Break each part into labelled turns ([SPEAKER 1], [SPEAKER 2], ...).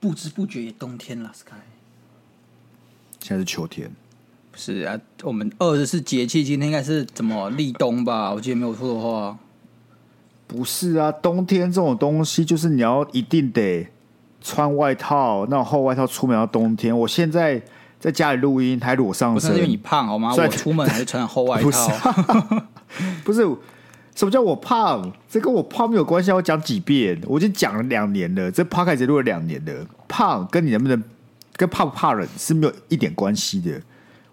[SPEAKER 1] 不知不觉也冬天了，Sky。
[SPEAKER 2] 现在是秋天，
[SPEAKER 1] 不是啊，我们二十四节气今天应该是怎么立冬吧？我记得没有错的话，
[SPEAKER 2] 不是啊？冬天这种东西就是你要一定得穿外套，那种厚外套出门要冬天。我现在在家里录音，还裸上
[SPEAKER 1] 不是因为你
[SPEAKER 2] 身，
[SPEAKER 1] 胖好吗？
[SPEAKER 2] 所以
[SPEAKER 1] 我出门还是穿厚外
[SPEAKER 2] 不是
[SPEAKER 1] 套，啊
[SPEAKER 2] 不是什么叫我胖？这跟我胖没有关系啊！我讲几遍，我已经讲了两年了，这 p o d c a 录了两年了。胖跟你能不能跟怕不怕冷是没有一点关系的。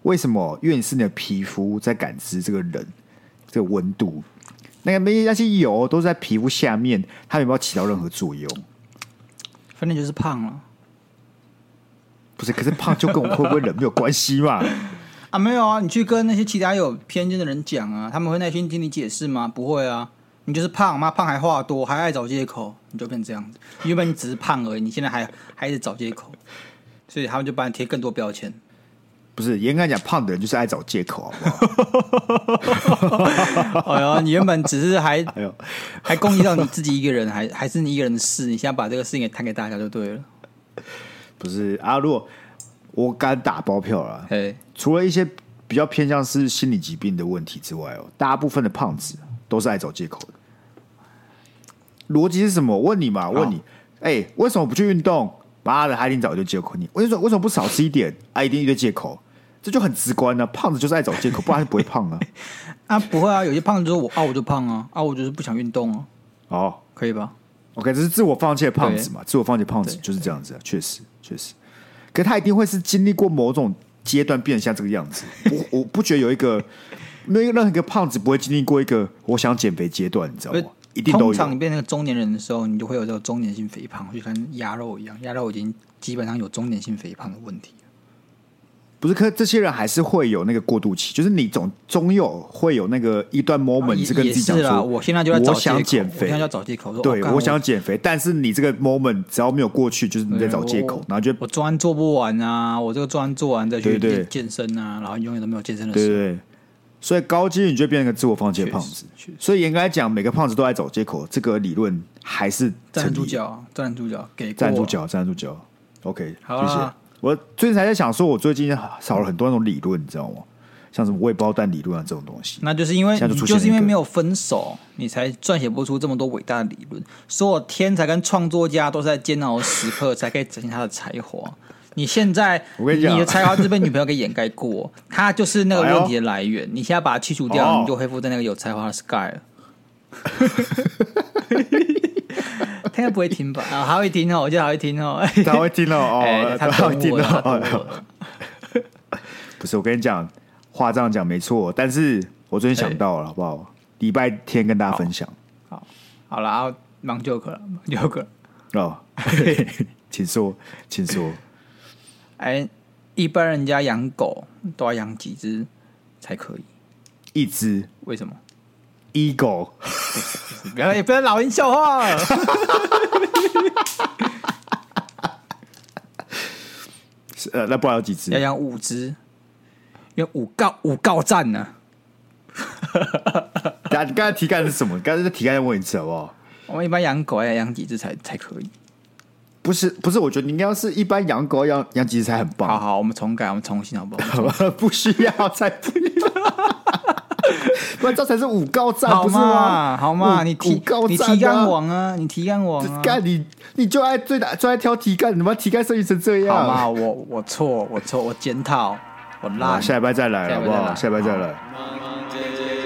[SPEAKER 2] 为什么？因为你是你的皮肤在感知这个冷，这个温度。那个那那些油都是在皮肤下面，它有没有起到任何作用？
[SPEAKER 1] 反正就是胖了
[SPEAKER 2] 不是，可是胖就跟我会不会冷没有关系嘛？
[SPEAKER 1] 啊。没有啊，你去跟那些其他有偏见的人讲啊，他们会耐心听你解释吗？不会啊，你就是胖妈胖还话多，还爱找借口，你就变这样子。原本你只是胖而已，你现在还还一直找借口，所以他们就把你贴更多标签。
[SPEAKER 2] 不是，严格来讲，胖的人就是爱找借口，好不好？
[SPEAKER 1] 哎呦，你原本只是还
[SPEAKER 2] 哎呦，
[SPEAKER 1] 还攻击到你自己一个人，还还是你一个人的事，你现在把这个事情给摊给大家就对了。
[SPEAKER 2] 不是啊，如果我敢打包票了，
[SPEAKER 1] 哎，
[SPEAKER 2] 除了一些比较偏向是心理疾病的问题之外哦，大部分的胖子都是爱找借口的。逻辑是什么？我问你嘛，我问你，哎、为什么不去运动？妈的，他一定找一堆借口。你为什么为什么不少吃一点？啊，一定一堆借口，这就很直观了、啊胖子就是爱找借口，不然他就不会胖啊。
[SPEAKER 1] 啊，不会啊，有些胖子说我啊，我就胖啊，啊，我就是不想运动啊，
[SPEAKER 2] 哦，
[SPEAKER 1] 可以吧？
[SPEAKER 2] OK，这是自我放弃的胖子嘛？自我放弃的胖子就是这样子、啊，确实确实。可他一定会是经历过某种阶段变成像这个样子。我我不觉得有一个没有任何一个胖子不会经历过一个我想减肥阶段，你知道吗？啊一定都
[SPEAKER 1] 通常你
[SPEAKER 2] 有。
[SPEAKER 1] 变成一个中年人的时候，你就会有这种中年性肥胖，就跟鸭肉一样，鸭肉已经基本上有中年性肥胖的问题了。
[SPEAKER 2] 不是，可这些人还是会有那个过渡期，就是你总总有会有那个一段 moment
[SPEAKER 1] 啊也
[SPEAKER 2] 是跟
[SPEAKER 1] 啊
[SPEAKER 2] 自
[SPEAKER 1] 也
[SPEAKER 2] 己讲
[SPEAKER 1] 是啦，
[SPEAKER 2] 说，
[SPEAKER 1] 我现在就在找
[SPEAKER 2] 我
[SPEAKER 1] 借口
[SPEAKER 2] 想减
[SPEAKER 1] 我
[SPEAKER 2] 肥
[SPEAKER 1] 现在，就要找借口说，
[SPEAKER 2] 对，
[SPEAKER 1] 哦干
[SPEAKER 2] 我想减肥，但是你这个 moment 只要没有过去，就是你在找借口
[SPEAKER 1] 我，
[SPEAKER 2] 然后就
[SPEAKER 1] 我专案做不完啊，我这个专案做完再去
[SPEAKER 2] 对对
[SPEAKER 1] 健健身啊，然后永远都没有健身的
[SPEAKER 2] 对
[SPEAKER 1] 时
[SPEAKER 2] 对
[SPEAKER 1] 候。
[SPEAKER 2] 对，所以高几率你就变成一个自我放弃的
[SPEAKER 1] 确
[SPEAKER 2] 胖
[SPEAKER 1] 实
[SPEAKER 2] 子
[SPEAKER 1] 确实。
[SPEAKER 2] 所以严格来讲，每个胖子都在找借口，这个理论还是
[SPEAKER 1] 站得
[SPEAKER 2] 成
[SPEAKER 1] 住
[SPEAKER 2] 立的，
[SPEAKER 1] 脚啊，站得住脚，给过
[SPEAKER 2] 站得住
[SPEAKER 1] 啊
[SPEAKER 2] 脚，站得住脚。OK，
[SPEAKER 1] 好啊
[SPEAKER 2] 谢谢。我最近还在想说，我最近少了很多那种理论，你知道吗？像什么未包蛋理论啊这种东西。
[SPEAKER 1] 那就是因为
[SPEAKER 2] 现在
[SPEAKER 1] 你
[SPEAKER 2] 就出现
[SPEAKER 1] 就
[SPEAKER 2] 了
[SPEAKER 1] 是因为
[SPEAKER 2] 一个
[SPEAKER 1] 没有分手，你才撰写不出这么多伟大的理论。所有天才跟创作家都是在煎熬时刻才可以展现他的才华。你现在，
[SPEAKER 2] 我跟你讲啊
[SPEAKER 1] 的才华是被女朋友给掩盖过，他就是那个问题的来源。你现在把它剔除掉，
[SPEAKER 2] 哦
[SPEAKER 1] 你就恢复在那个有才华的 Sky 了。 他应该不会听吧？啊，他会听哦，我觉得他会听哦。
[SPEAKER 2] 他会听到
[SPEAKER 1] 哎
[SPEAKER 2] 哦，
[SPEAKER 1] 他
[SPEAKER 2] 会
[SPEAKER 1] 懂
[SPEAKER 2] 听
[SPEAKER 1] 我了，他
[SPEAKER 2] 到
[SPEAKER 1] 懂
[SPEAKER 2] 哦。
[SPEAKER 1] 我了。
[SPEAKER 2] 不是，我跟你讲，话这样讲没错，但是我最近想到了，好不好？礼拜天跟大家分享
[SPEAKER 1] 哎好，好了，啊忙 joke 了，忙 joke 了。
[SPEAKER 2] 哦， 请说，请说。
[SPEAKER 1] 哎，一般人家养狗都要养几只才可以？
[SPEAKER 2] 一只
[SPEAKER 1] 为什么？
[SPEAKER 2] eagle。
[SPEAKER 1] 不要也不要老人笑话。
[SPEAKER 2] 是呃，那不然有几只
[SPEAKER 1] 要？养五只，因为五告五告战啊呢。
[SPEAKER 2] 等下你刚才题干是什么？刚才这题干再问一次好不好？
[SPEAKER 1] 我们一般养狗要养几只才才可以？
[SPEAKER 2] 不是不是，我觉得你应该要是一般养狗养养几只才很
[SPEAKER 1] 好
[SPEAKER 2] 棒，
[SPEAKER 1] 好，我们重改，我们重新好不好？
[SPEAKER 2] 好吧？ 不需要才不要， 不然这才是五高战，
[SPEAKER 1] 好
[SPEAKER 2] 不是吗？
[SPEAKER 1] 嘛，好嘛，
[SPEAKER 2] 五
[SPEAKER 1] 你
[SPEAKER 2] 五
[SPEAKER 1] 提
[SPEAKER 2] 高
[SPEAKER 1] 你
[SPEAKER 2] 战、啊
[SPEAKER 1] 提干，王啊，你提干王啊。
[SPEAKER 2] 干你你就爱最大最爱挑题干，你妈题干设计成这样，
[SPEAKER 1] 好嘛，我我错，我错，我检讨，我
[SPEAKER 2] 好
[SPEAKER 1] 烂。
[SPEAKER 2] 啊下礼拜再来
[SPEAKER 1] 下
[SPEAKER 2] 好
[SPEAKER 1] 礼拜
[SPEAKER 2] 不
[SPEAKER 1] 再
[SPEAKER 2] 好？
[SPEAKER 1] 来
[SPEAKER 2] 下礼拜再来。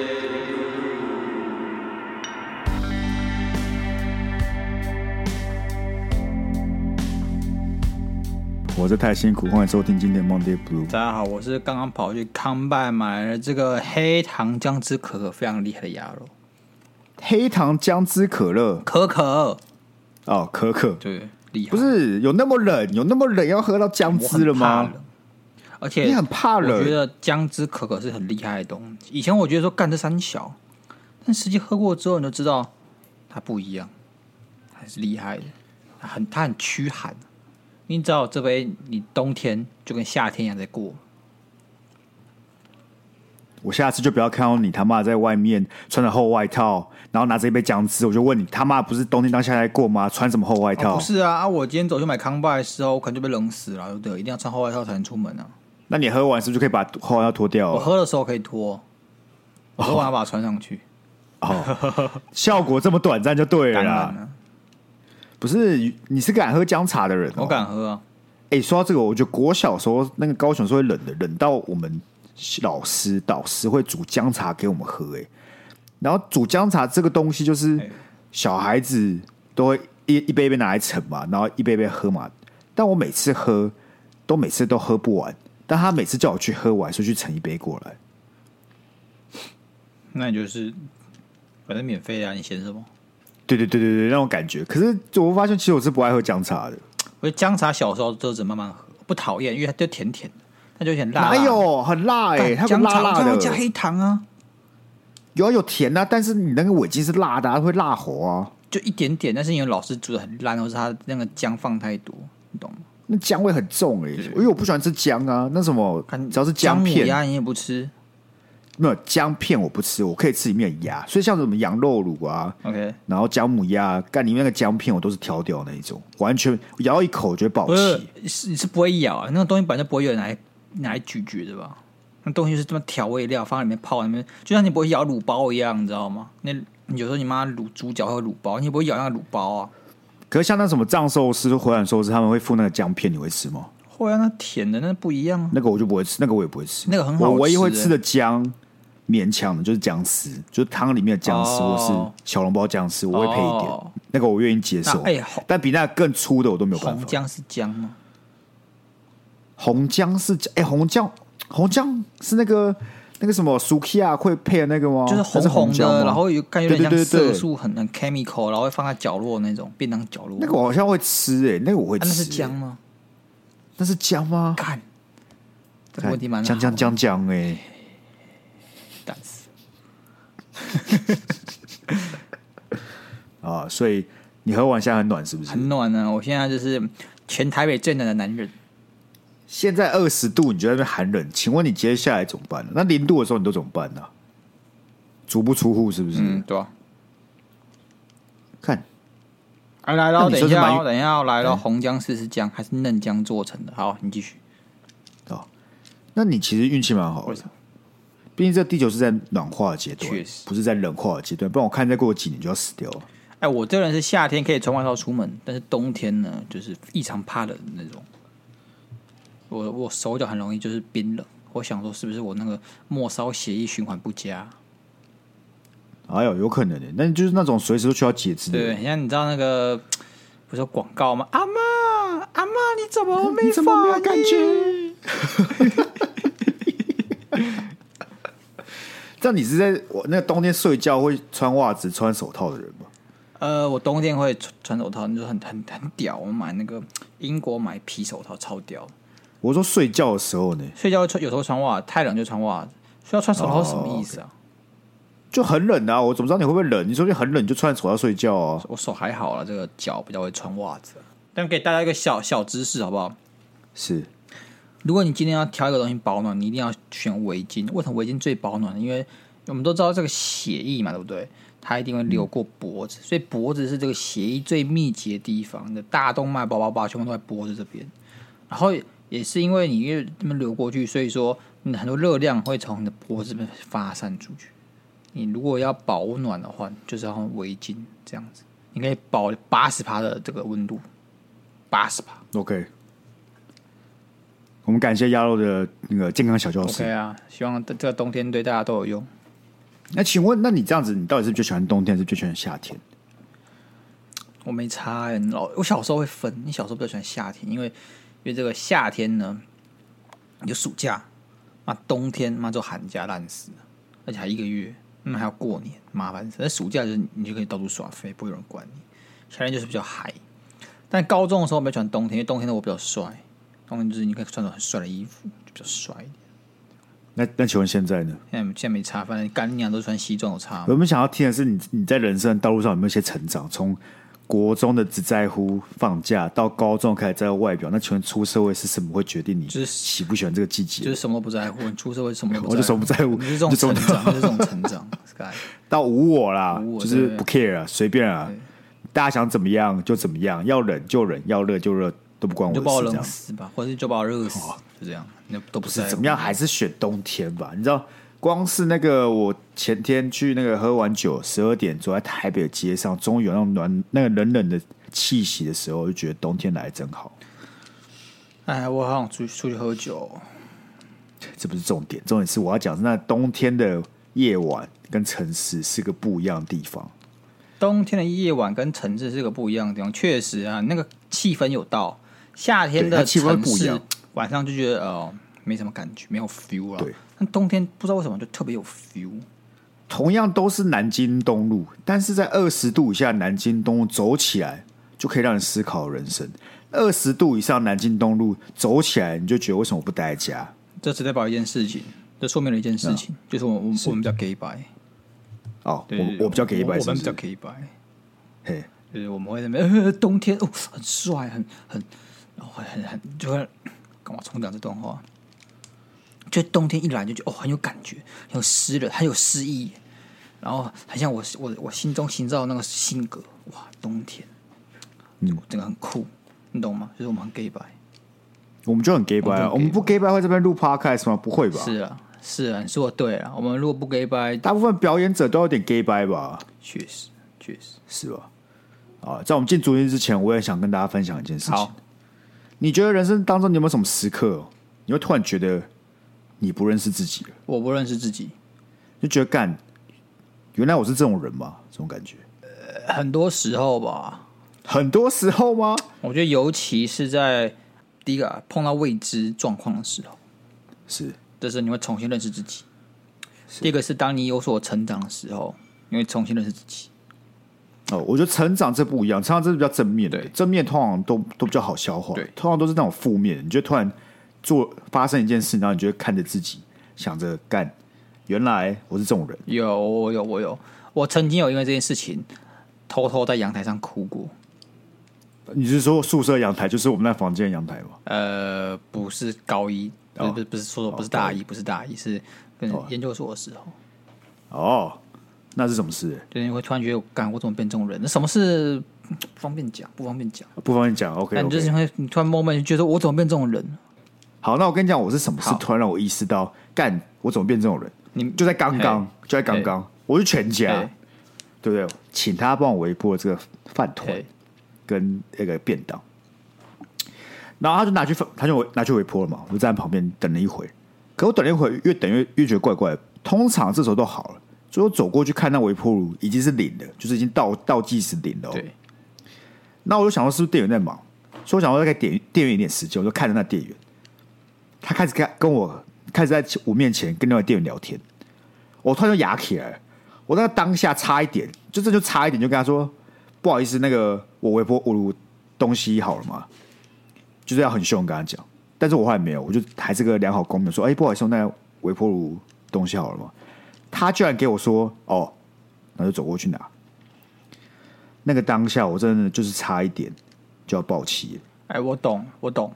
[SPEAKER 2] 我这太辛苦，欢迎收听今天的 Monday Blue。
[SPEAKER 1] 大家好，我是刚刚跑去康拜买了这个黑糖姜汁可可，非常厉害的鸭肉
[SPEAKER 2] 黑糖姜汁可乐
[SPEAKER 1] 可可。
[SPEAKER 2] 哦，可可
[SPEAKER 1] 对，厉害。
[SPEAKER 2] 不是有那么冷，有那么冷要喝到姜
[SPEAKER 1] 我
[SPEAKER 2] 汁
[SPEAKER 1] 很
[SPEAKER 2] 了
[SPEAKER 1] 怕
[SPEAKER 2] 吗
[SPEAKER 1] 冷？，而且
[SPEAKER 2] 你很怕冷
[SPEAKER 1] 我觉得姜汁可可是很厉害的东西。以前我觉得说干这三小，但实际喝过之后你就知道它不一样，还是厉害的。它很它很驱寒，你知道这杯你冬天就跟夏天一样在过。
[SPEAKER 2] 我下次就不要看到你他妈在外面穿着厚外套，然后拿着一杯姜汁，我就问你他妈不是冬天当夏天过吗？穿什么厚外
[SPEAKER 1] 啊
[SPEAKER 2] 套？
[SPEAKER 1] 不是啊啊！我今天走去买康拜的时候，我可能就被冷死了，对不对？一定要穿厚外套才能出门啊！
[SPEAKER 2] 那你喝完是不是就可以把厚外套脱掉
[SPEAKER 1] 我
[SPEAKER 2] 了？
[SPEAKER 1] 喝的时候可以
[SPEAKER 2] 哦
[SPEAKER 1] 脱，我喝完要把它穿上去。
[SPEAKER 2] 效果这么短暂就对啊了
[SPEAKER 1] 当
[SPEAKER 2] 啦
[SPEAKER 1] 然。了，
[SPEAKER 2] 不是你是敢喝姜茶的人、哦，
[SPEAKER 1] 我敢喝啊！
[SPEAKER 2] 哎、说到这个，我觉得国小时候那个高雄是会冷的，冷到我们老师导师会煮姜茶给我们喝、哎，然后煮姜茶这个东西就是
[SPEAKER 1] 哎
[SPEAKER 2] 小孩子都会一一杯一杯拿来盛嘛，然后一杯一杯喝嘛。但我每次喝都每次都喝不完，但他每次叫我去喝，我还是去盛一杯过来。
[SPEAKER 1] 那你就是反正免费啊，你嫌什么？
[SPEAKER 2] 对对对对对，那种感觉。可是我发现，其实我是不爱喝姜茶的。
[SPEAKER 1] 我觉得姜茶小时候都只慢慢喝，不讨厌，因为它就甜甜的，它就有点辣辣
[SPEAKER 2] 哪
[SPEAKER 1] 的。
[SPEAKER 2] 有很辣哎、
[SPEAKER 1] 干
[SPEAKER 2] 它有
[SPEAKER 1] 姜
[SPEAKER 2] 辣
[SPEAKER 1] 茶
[SPEAKER 2] 辣
[SPEAKER 1] 我看
[SPEAKER 2] 的
[SPEAKER 1] 到，加黑糖啊，
[SPEAKER 2] 有啊有甜啊，但是你那个尾筋是辣的、啊，会辣喉啊。
[SPEAKER 1] 就一点点，但是因为老师煮的很烂，或是他那个姜放太多，你懂吗？
[SPEAKER 2] 那姜味很重哎、因为我不喜欢吃姜啊。那什么
[SPEAKER 1] 看，
[SPEAKER 2] 只要是姜
[SPEAKER 1] 姜母
[SPEAKER 2] 片，
[SPEAKER 1] 鸭你也不吃
[SPEAKER 2] 没有姜片我不吃，我可以吃里面的鸭。所以像什么羊肉卤啊，
[SPEAKER 1] ，OK？
[SPEAKER 2] 然后姜母鸭，干里面那个姜片我都是挑掉那一种，完全咬一口我觉得保
[SPEAKER 1] 不是
[SPEAKER 2] 气。，
[SPEAKER 1] 是你是不会咬啊，那个东西本来就不会有人来拿来咀嚼的吧？那东西就是这么调味料放在里面泡，里面就像你不会咬卤包一样，你知道吗？那你有时候你妈卤猪脚或卤包，你也不会咬那个卤包啊。
[SPEAKER 2] 可是像那什么藏寿司、回转寿司，他们会附那个姜片，你会吃吗？
[SPEAKER 1] 会啊，那甜的那不一样啊。
[SPEAKER 2] 那个我就不会吃，那个我也不会吃。
[SPEAKER 1] 那个很好吃
[SPEAKER 2] 我唯一会
[SPEAKER 1] 欸
[SPEAKER 2] 吃的姜，勉强的就是姜丝，就是汤里面的姜丝，
[SPEAKER 1] 哦
[SPEAKER 2] 或是小笼包姜丝，我会配一点，
[SPEAKER 1] 哦
[SPEAKER 2] 那个我愿意接受。
[SPEAKER 1] 那哎红
[SPEAKER 2] 但比那个更粗的我都没有办法
[SPEAKER 1] 红。姜是姜吗？
[SPEAKER 2] 红姜是哎、红姜，红姜是那个那个什么 Sukiya 会配的那个吗？
[SPEAKER 1] 就是
[SPEAKER 2] 那
[SPEAKER 1] 红
[SPEAKER 2] 哦是红姜吗
[SPEAKER 1] 的，然后有感觉有点
[SPEAKER 2] 对
[SPEAKER 1] 像
[SPEAKER 2] 对对对
[SPEAKER 1] 色素，很很 chemical，然后会放在角落那种便当角落。
[SPEAKER 2] 那个我好像会吃哎、那个我会
[SPEAKER 1] 啊
[SPEAKER 2] 吃、
[SPEAKER 1] 那是姜，吗？
[SPEAKER 2] 那是姜吗？
[SPEAKER 1] 看，这个问题蛮
[SPEAKER 2] 姜姜姜姜哎，
[SPEAKER 1] 胆子。
[SPEAKER 2] 啊，所以你喝完现在很暖是不是？
[SPEAKER 1] 很暖呢、我现在就是全台北最暖的男人。
[SPEAKER 2] 现在二十度，你就在那边寒冷，请问你接下来怎么办呢？那零度的时候你都怎么办呢、足不出户是不是？
[SPEAKER 1] 嗯，对啊。
[SPEAKER 2] 看
[SPEAKER 1] 哎，来
[SPEAKER 2] 那
[SPEAKER 1] 喽，
[SPEAKER 2] 你
[SPEAKER 1] 等
[SPEAKER 2] 说
[SPEAKER 1] 一
[SPEAKER 2] 是嗯
[SPEAKER 1] 下
[SPEAKER 2] 蛮
[SPEAKER 1] 哦，等一下哦，来喽，红姜丝是姜还是嫩姜做成的？好，你继续。
[SPEAKER 2] 哦，那你其实运气蛮好
[SPEAKER 1] 为
[SPEAKER 2] 的
[SPEAKER 1] 什么，
[SPEAKER 2] 毕竟这地球是在暖化的阶段
[SPEAKER 1] 确实，
[SPEAKER 2] 不是在冷化的阶段，不然我看再过几年就要死掉了。
[SPEAKER 1] 哎，我这个人是夏天可以穿外套出门，但是冬天呢，就是异常怕冷的那种。我我手脚很容易就是冰冷，我想说是不是我那个末梢血液循环不佳？
[SPEAKER 2] 哎呦，有可能的、那你就是那种随时都需要截肢的
[SPEAKER 1] 对，
[SPEAKER 2] 人。
[SPEAKER 1] 像你知道那个不是有广告吗？阿妈，阿妈，你怎么没
[SPEAKER 2] 你怎么没有
[SPEAKER 1] 反
[SPEAKER 2] 感
[SPEAKER 1] 应
[SPEAKER 2] 觉？这样你是在我那个冬天睡觉会穿袜子、穿手套的人吗？
[SPEAKER 1] 呃，我冬天会穿穿手套，那就很很很屌。我买那个英国买皮手套，超屌。
[SPEAKER 2] 我说睡觉的时候呢，
[SPEAKER 1] 睡觉会穿，有时候穿袜，子，太冷就穿袜子。需要穿手套是什么意思
[SPEAKER 2] 哦
[SPEAKER 1] 啊？
[SPEAKER 2] 就很冷啊，我怎么知道你会不会冷？你说你很冷，你就穿手套睡觉啊。
[SPEAKER 1] 我手还好了，这个脚比较会穿袜子。但给大家一个小小知识好不好？
[SPEAKER 2] 是，
[SPEAKER 1] 如果你今天要挑一个东西保暖，你一定要选围巾。为什么围巾最保暖呢？因为我们都知道这个血液嘛，对不对？它一定会流过脖子，所以脖子是这个血液最密集的地方。你的大动脉、包包包全部都在脖子这边。然后也是因为你越这么流过去，所以说你很多热量会从你的脖子这边发散出去。你如果要保暖的话，就是要用围巾这样子，你可以保八十帕的这个温度，八十帕。
[SPEAKER 2] OK，我们感谢鸭肉的那个健康小教室。
[SPEAKER 1] OK 啊，希望这这个冬天对大家都有用。
[SPEAKER 2] 那请问，那你这样子，你到底是最喜欢冬天，还是最喜欢夏天？
[SPEAKER 1] 我没差、欸，老我小时候会分，你小时候比较喜欢夏天，因为因为这个夏天呢，有暑假，那冬天妈就寒假烂死了，而且还一个月，那还要过年，麻烦死了。那暑假就是你就可以到处耍飞，不会有人管你。夏天就是比较嗨，但高中的时候我比较喜欢冬天，因为冬天的我比较帅，冬天就是你可以穿着很帅的衣服，就比较帅一点。
[SPEAKER 2] 那那请问现在呢？
[SPEAKER 1] 现在现在没差，反正干娘都穿西装有差吗。
[SPEAKER 2] 我们想要听的是你你在人生的道路上有没有一些成长，从国中的只在乎放假，到高中开始在乎外表，那请问出社会是什么会决定你
[SPEAKER 1] 就是
[SPEAKER 2] 喜不喜欢这个季节？
[SPEAKER 1] 就是什么都不在乎，你出社会什么都不在乎，
[SPEAKER 2] 我就什么不在乎
[SPEAKER 1] 你就是这种
[SPEAKER 2] 就
[SPEAKER 1] 成
[SPEAKER 2] 什么
[SPEAKER 1] 长，就是这种成 长。Sky，
[SPEAKER 2] 到无我啦，
[SPEAKER 1] 无我
[SPEAKER 2] 就是
[SPEAKER 1] 对
[SPEAKER 2] 不 care 啊，随便啊，大家想怎么样就怎么样，要忍就忍，要热就热，都不关
[SPEAKER 1] 你
[SPEAKER 2] 我
[SPEAKER 1] 就
[SPEAKER 2] 的
[SPEAKER 1] 把我
[SPEAKER 2] 事。这样
[SPEAKER 1] 冷死吧，或者是就把我热死，就这样，那都不
[SPEAKER 2] 不是
[SPEAKER 1] 在
[SPEAKER 2] 怎
[SPEAKER 1] 乎
[SPEAKER 2] 么。样，还是选冬天吧。你知道，光是那个我前天去那个喝完酒，十二点走在台北的街上，终于有那种暖那个冷冷的气息的时候，就觉得冬天来得真好。
[SPEAKER 1] 哎，我好想出去出去喝酒哦，
[SPEAKER 2] 这不是重点，重点是我要讲是那冬天的夜晚跟城市是个不一样的地方。
[SPEAKER 1] 冬天的夜晚跟城市是个不一样的地方，确实啊，那个气氛有到。夏天
[SPEAKER 2] 对它
[SPEAKER 1] 的
[SPEAKER 2] 气氛
[SPEAKER 1] 城
[SPEAKER 2] 不一
[SPEAKER 1] 市
[SPEAKER 2] 样
[SPEAKER 1] 晚上就觉得哦、没什么感觉，没有 feel 了。
[SPEAKER 2] 对，
[SPEAKER 1] 但冬天不知道为什么就特别有 feel。
[SPEAKER 2] 同样都是南京东路，但是在二十度以下南京东路走起来，就可以让你思考人生；二十度以上南京东路走起来，你就觉得为什么我不待在家？
[SPEAKER 1] 这只代表一件事情，这说明了一件事
[SPEAKER 2] 啊
[SPEAKER 1] 情，就是我我我们比较 gay 白，
[SPEAKER 2] 哦，
[SPEAKER 1] 对
[SPEAKER 2] 我我比较给一百，
[SPEAKER 1] 我
[SPEAKER 2] 是
[SPEAKER 1] 们
[SPEAKER 2] 不
[SPEAKER 1] 比较
[SPEAKER 2] 是？
[SPEAKER 1] gay 白，
[SPEAKER 2] 嘿，
[SPEAKER 1] 就是我们会在那边、呃、冬天哦很帅，很很然后很很很就会干嘛重讲这段话？就冬天一来就觉得哦很有感觉，很有诗人，很有诗意，然后很像我我我心中营造的那个性格，哇，冬天，
[SPEAKER 2] 嗯，
[SPEAKER 1] 整个很酷，你懂吗？就是我们很 gay 白，
[SPEAKER 2] 我们就很 gay 白啊，
[SPEAKER 1] 我
[SPEAKER 2] 我
[SPEAKER 1] 们就很 gay
[SPEAKER 2] 们不 gay 白会这边录 podcast 吗？不会吧？
[SPEAKER 1] 是啊是啊，你说的对啊，我们如果不 gay 白，
[SPEAKER 2] 大部分表演者都有点 gay 白吧？
[SPEAKER 1] 确实确实
[SPEAKER 2] 是吧？啊，在我们进主题之前，我也想跟大家分享一件事情
[SPEAKER 1] 好。。
[SPEAKER 2] 你觉得人生当中你有没有什么时刻，哦你会突然觉得你不认识自己了？
[SPEAKER 1] 我不认识自己，
[SPEAKER 2] 就觉得干，原来我是这种人吗？这种感觉，
[SPEAKER 1] 很多时候吧，
[SPEAKER 2] 很多时候吗？
[SPEAKER 1] 我觉得尤其是在第一个啊碰到未知状况的时候，
[SPEAKER 2] 是
[SPEAKER 1] 这时候你会重新认识自己；第二个是当你有所成长的时候，你会重新认识自己。
[SPEAKER 2] 哦，我觉得成长这不一样，成长这是比较正面的
[SPEAKER 1] 对，
[SPEAKER 2] 正面通常都都比较好消化
[SPEAKER 1] 对，
[SPEAKER 2] 通常都是那种负面的，你就突然做发生一件事，然后你就会看着自己，想着干，原来我是这种人，
[SPEAKER 1] 有，我有，我有，我曾经有因为这件事情偷偷在阳台上哭过。
[SPEAKER 2] 你是说宿舍阳台就是我们那房间的阳台吗？
[SPEAKER 1] 呃，不是高一，不
[SPEAKER 2] 哦
[SPEAKER 1] 是不是不是说不是
[SPEAKER 2] 哦
[SPEAKER 1] 大
[SPEAKER 2] 高一
[SPEAKER 1] 一，不是大一，是跟
[SPEAKER 2] 哦
[SPEAKER 1] 研究所的时候，
[SPEAKER 2] 哦，那是什么事？
[SPEAKER 1] 就是你会突然觉得，干我怎么变这种人？那什么事不方便讲，不方便讲。
[SPEAKER 2] 不方便讲，OK，,
[SPEAKER 1] 但
[SPEAKER 2] o
[SPEAKER 1] 你
[SPEAKER 2] k
[SPEAKER 1] 就是会，你突然 moment 就觉得我怎么变这种人？
[SPEAKER 2] 好，那我跟你讲，我是什么事
[SPEAKER 1] 好
[SPEAKER 2] 突然让我意识到，干，我怎么变这种人？
[SPEAKER 1] 你
[SPEAKER 2] 就在刚刚，就在刚刚，我是全家
[SPEAKER 1] 嘿，
[SPEAKER 2] 对不对？请他帮我微波这个饭团
[SPEAKER 1] 嘿
[SPEAKER 2] 跟那个便当，然后他就拿去饭，他就拿去微波了嘛。我就站在旁边等了一会，可我等了一会，越等越越觉得怪怪的。通常这时候都好了，最后走过去看那微波炉已经是零了，就是已经倒倒计时零了、哦。
[SPEAKER 1] 对，
[SPEAKER 2] 那我就想说，是不是店员在忙？所以我想说，再给店店员一点时间，我就看着那店员，他开始跟跟我开始在我面前跟另外店员聊天，我突然就牙起来了，我那当下差一点，就这就差一点，就跟他说不好意思，那个我微波我东西好了吗？就是要很凶地跟他讲，但是我后来没有，我就还是个良好公民说，哎、不好意思，那微波炉东西好了吗？他居然给我说，哦，然后就走过去拿。那个当下，我真的就是差一点就要爆气了，
[SPEAKER 1] 哎，我懂，我懂，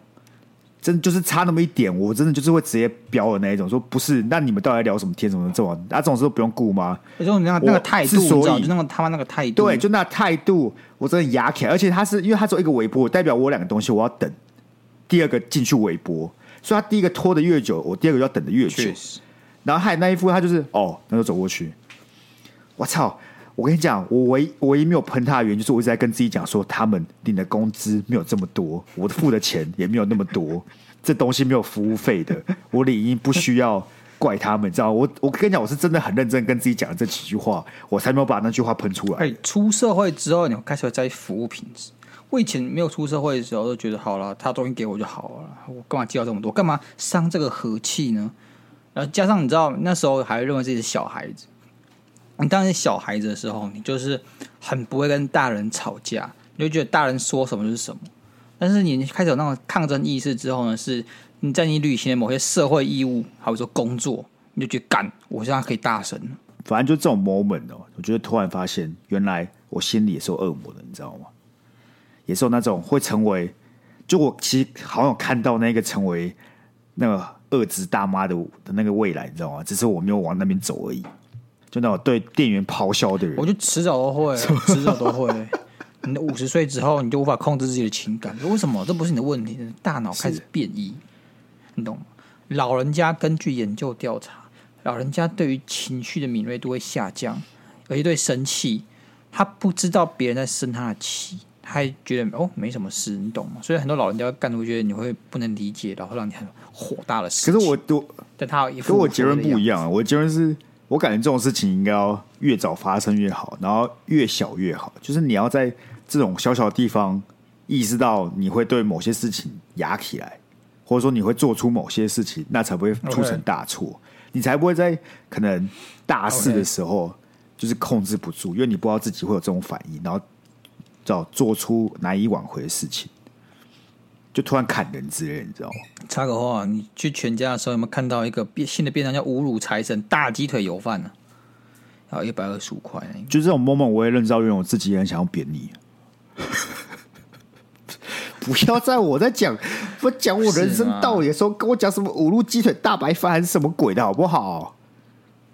[SPEAKER 2] 真的就是差那么一点，我真的就是会直接飙的那一种，说不是，那你们到底在聊什么天什么这玩意啊，这种事都不用顾吗？
[SPEAKER 1] 也就是你那个那个
[SPEAKER 2] 我
[SPEAKER 1] 态度，
[SPEAKER 2] 之
[SPEAKER 1] 你知
[SPEAKER 2] 所
[SPEAKER 1] 道，
[SPEAKER 2] 以
[SPEAKER 1] 就那个他妈那个态度，
[SPEAKER 2] 对，就那态度，我真的牙起来，而且他是因为他只有一个微波，代表我有两个东西我要等，第二个进去微波，所以他第一个拖的越久，我第二个就要等的越久
[SPEAKER 1] 确，实，
[SPEAKER 2] 然后还有那一副他就是哦，那就走过去，我操！我跟你讲，我唯一唯一没有喷他的原因，就是我一直在跟自己讲说，他们领的工资没有这么多，我付的钱也没有那么多， 这东西没有服务费的，我理应不需要怪他们，你知道吗？我我跟你讲，我是真的很认真跟自己讲了这几句话，我才没有把那句话喷出来。
[SPEAKER 1] 哎，出社会之后，你开始会在意服务品质。我以前没有出社会的时候，就觉得好了，他东西给我就好了，我干嘛计较这么多？干嘛伤这个和气呢？然后加上你知道，那时候还认为自己是小孩子。你当你是小孩子的时候，你就是很不会跟大人吵架，你就觉得大人说什么就是什么。但是你开始有那种抗争意识之后呢，是你在你履行的某些社会义务，好比说工作，你就觉得干，我现在可以大声了。
[SPEAKER 2] 反正就这种 moment 哦，我觉得突然发现，原来我心里也是有恶魔的，你知道吗？也是有那种会成为，就我其实好像有看到那个成为那个二职大妈的的那个未来，你知道吗？只是我没有往那边走而已。就那种对店员咆哮的人
[SPEAKER 1] 我，就迟早都会，迟早都会。你五十岁之后，你就无法控制自己的情感，为什么？这不是你的问题，大脑开始变异，你懂吗？老人家根据研究调查，老人家对于情绪的敏锐度会下降，而且对生气，他不知道别人在生他的气，他还觉得哦没什么事，你懂吗？所以很多老人家干出一些你会不能理解，然后让你很火大的事
[SPEAKER 2] 可
[SPEAKER 1] 情。
[SPEAKER 2] 是我我
[SPEAKER 1] 但他有一
[SPEAKER 2] 跟
[SPEAKER 1] 副
[SPEAKER 2] 我结论不一
[SPEAKER 1] 样，
[SPEAKER 2] 样啊，我结论是我感觉这种事情应该要越早发生越好，然后越小越好。就是你要在这种小小的地方意识到你会对某些事情压起来，或者说你会做出某些事情，那才不会促成
[SPEAKER 1] OK
[SPEAKER 2] 大错你才不会在可能大事的时候就是控制不住，因为你不知道自己会有这种反应，然后找做出难以挽回的事情，就突然砍人之类，你知道吗？
[SPEAKER 1] 插个话，你去全家的时候有没有看到一个变新的便当叫侮辱财神大鸡腿油饭呢、啊？要一百二十五块那个，
[SPEAKER 2] 就这种 moment，我也认知到，因为我自己也很想要扁你。 不要在我在讲我讲我人生道理的时候，跟我讲什么五路鸡腿大白饭还是什么鬼的好不好？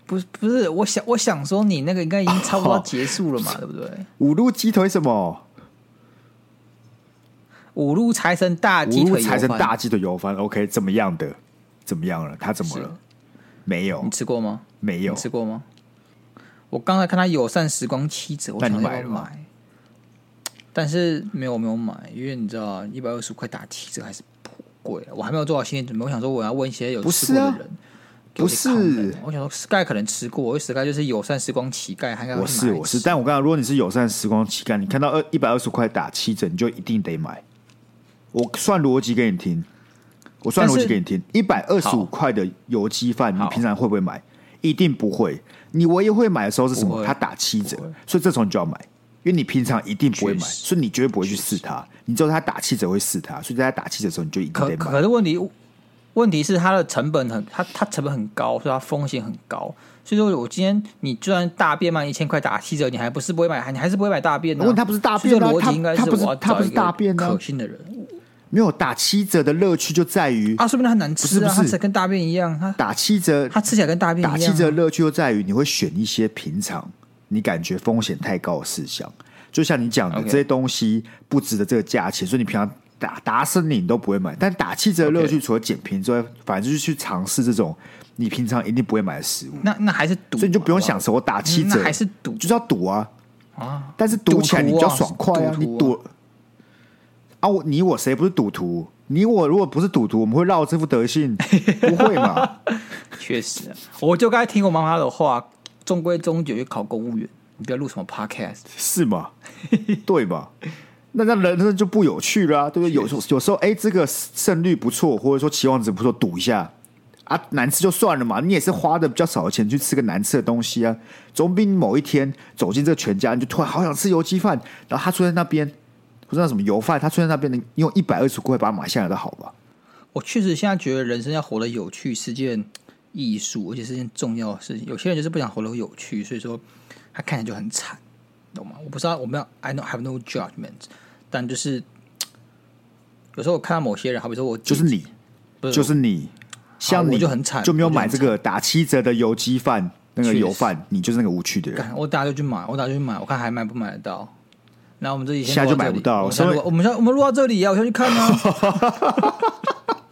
[SPEAKER 1] 不是不是，我想我想说你那个应该已经差不多要结束了嘛，对不对？
[SPEAKER 2] 五路鸡腿什么？
[SPEAKER 1] 五路财神大鸡
[SPEAKER 2] 五路
[SPEAKER 1] 腿油
[SPEAKER 2] 财神
[SPEAKER 1] 饭，
[SPEAKER 2] 大鸡腿油饭，OK，怎么样的？怎么样了？他怎么了？没有
[SPEAKER 1] 你，吃过吗？
[SPEAKER 2] 没有
[SPEAKER 1] 你，吃过吗？我刚才看他友善时光七折，我
[SPEAKER 2] 那
[SPEAKER 1] 想
[SPEAKER 2] 你
[SPEAKER 1] 要不要
[SPEAKER 2] 买了吗
[SPEAKER 1] 买，但是没有没有买，因为你知道一百二十块打七折还是颇贵啊，我还没有做好心理准备。我想说我要问一些有
[SPEAKER 2] 不
[SPEAKER 1] 吃
[SPEAKER 2] 是
[SPEAKER 1] 过的
[SPEAKER 2] 啊
[SPEAKER 1] 人，给我一些
[SPEAKER 2] 不
[SPEAKER 1] comment
[SPEAKER 2] 是
[SPEAKER 1] 我想说 Sky 可能吃过，因为 Sky 就是友善时光乞丐，他应该会
[SPEAKER 2] 我是
[SPEAKER 1] 买来
[SPEAKER 2] 我是，
[SPEAKER 1] 吃
[SPEAKER 2] 但我刚刚如果你是友善时光乞丐，你看到二一百二十块打七折，你就一定得买。我算逻辑给你听，我算
[SPEAKER 1] 但
[SPEAKER 2] 逻
[SPEAKER 1] 是
[SPEAKER 2] 辑给你听。一百二十
[SPEAKER 1] 好
[SPEAKER 2] 五块的油鸡饭，你
[SPEAKER 1] 好
[SPEAKER 2] 平常会不会买？一定不会。你唯一会买的时候是什
[SPEAKER 1] 不
[SPEAKER 2] 么？
[SPEAKER 1] 会
[SPEAKER 2] 它打七折
[SPEAKER 1] 不会，
[SPEAKER 2] 所以这时候你就要买，因为你平常一定不会买，
[SPEAKER 1] 确实
[SPEAKER 2] 所以你绝对不会去试它。你知道它打七折会试它，所以在它打七折的时候你就一定
[SPEAKER 1] 可
[SPEAKER 2] 得买。
[SPEAKER 1] 可是问题问题是它的成本很，它它成本很高，所以它风险很高。所以说我今天你就算大便卖一千块打七折，你还不是不会买，你还是不会买大便、啊。
[SPEAKER 2] 问它不是大便啊
[SPEAKER 1] 所以这个逻
[SPEAKER 2] 它
[SPEAKER 1] 辑应该
[SPEAKER 2] 它不是
[SPEAKER 1] 我要
[SPEAKER 2] 它不
[SPEAKER 1] 找
[SPEAKER 2] 是
[SPEAKER 1] 一个
[SPEAKER 2] 大便啊
[SPEAKER 1] 可信的人
[SPEAKER 2] 没有打七折的乐趣就在于
[SPEAKER 1] 啊，说明它很难吃啊，
[SPEAKER 2] 不是不是
[SPEAKER 1] 它吃得跟大便一样，它
[SPEAKER 2] 打七折
[SPEAKER 1] 它吃起来跟大便一样、啊。
[SPEAKER 2] 打气这个乐趣就在于你会选一些平常你感觉风险太高的事项，就像你讲的
[SPEAKER 1] OK
[SPEAKER 2] 这些东西不值得这个价钱，所以你平常打打死你你都不会买。但打气这个乐趣
[SPEAKER 1] OK
[SPEAKER 2] 除了捡便宜之外，反正就是去尝试这种你平常一定不会买的食物，
[SPEAKER 1] 那那还是赌嘛，
[SPEAKER 2] 所以你就不用想
[SPEAKER 1] 好
[SPEAKER 2] 什么打
[SPEAKER 1] 好
[SPEAKER 2] 七
[SPEAKER 1] 嗯
[SPEAKER 2] 折，
[SPEAKER 1] 那还是赌
[SPEAKER 2] 就是要赌啊。
[SPEAKER 1] 啊。
[SPEAKER 2] 但是赌起来你比较爽快
[SPEAKER 1] 赌，
[SPEAKER 2] 啊
[SPEAKER 1] 徒啊
[SPEAKER 2] 你赌啊，我你我谁不是赌徒？你我如果不是赌徒，我们会绕这副德性，不会嘛？
[SPEAKER 1] 确实啊，我就该听我妈妈的话，中规中矩去考公务员，你不要录什么 podcast。
[SPEAKER 2] 是吗？ 对吧？那那人生就不有趣啦、对不对？有时候有时候，哎、这个胜率不错，或者说期望值不错，赌一下啊，难吃就算了嘛。你也是花的比较少的钱去吃个难吃的东西啊，总比你某一天走进这个全家，你就突然好想吃油鸡饭，然后他出现在那边，不知道什么油饭，他出现在那边，你用一百二十块把它买下来的好吧？
[SPEAKER 1] 我确实现在觉得人生要活得有趣是件艺术，而且是件重要的事情。有些人就是不想活得有趣，所以说他看起来就很惨，懂吗？我不知道，我没有，I don't have no judgment，但就是有时候我看到某些人，好比说我
[SPEAKER 2] 就是你，
[SPEAKER 1] 不是
[SPEAKER 2] 就是你，像你
[SPEAKER 1] 我就很惨
[SPEAKER 2] 就没有
[SPEAKER 1] 我就很
[SPEAKER 2] 买这个打七折的油鸡饭，那个
[SPEAKER 1] 确实
[SPEAKER 2] 油饭，你就是那个无趣的人。
[SPEAKER 1] 干，我等下就去买，我等下就去买，我看还买不买得到。然后我们这几天
[SPEAKER 2] 现在就买不到
[SPEAKER 1] 我们先录
[SPEAKER 2] 所以
[SPEAKER 1] 我们先我们录到这里啊，我先去看 啊。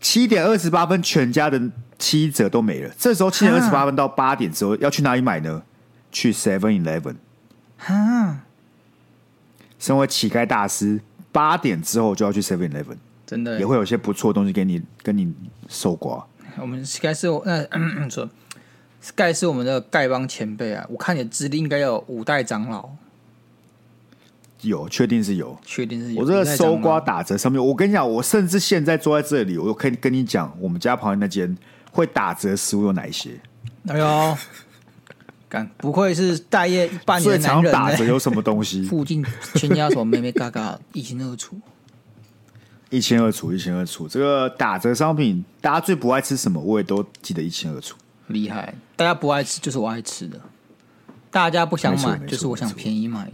[SPEAKER 2] 七点二十八分，全家的七折都没了。这时候七点二十八分到八点之后，要去哪里买呢？去 Seven Eleven。
[SPEAKER 1] 哈，
[SPEAKER 2] 身为乞丐大师，八点之后就要去 Seven Eleven，
[SPEAKER 1] 真的耶
[SPEAKER 2] 也会有一些不错的东西给你跟你搜刮。
[SPEAKER 1] 我们 Sky 是我那 说，Sky 是我们的丐帮前辈啊，我看你的资历应该有五代长老，
[SPEAKER 2] 有，确定是有。
[SPEAKER 1] 确定是有
[SPEAKER 2] 我这个
[SPEAKER 1] 五代长老
[SPEAKER 2] 搜刮打折上面，我跟你讲，我甚至现在坐在这里，我可以跟你讲，我们家旁边那间会打折的食物有哪一些，
[SPEAKER 1] 哎呦，干不愧是待业一半
[SPEAKER 2] 最
[SPEAKER 1] 年的男
[SPEAKER 2] 常
[SPEAKER 1] 人、
[SPEAKER 2] 打折
[SPEAKER 1] 欸，
[SPEAKER 2] 有什么 东西？
[SPEAKER 1] 附近全家什么妹妹嘎嘎一清二楚，
[SPEAKER 2] 一清二楚，一清二楚。这个打折商品，大家最不爱吃什么，我也都记得一清二楚。
[SPEAKER 1] 厉害！大家不爱吃就是我爱吃的，大家不想
[SPEAKER 2] 没错
[SPEAKER 1] 买
[SPEAKER 2] 没错
[SPEAKER 1] 就是我想
[SPEAKER 2] 没错
[SPEAKER 1] 便宜买的。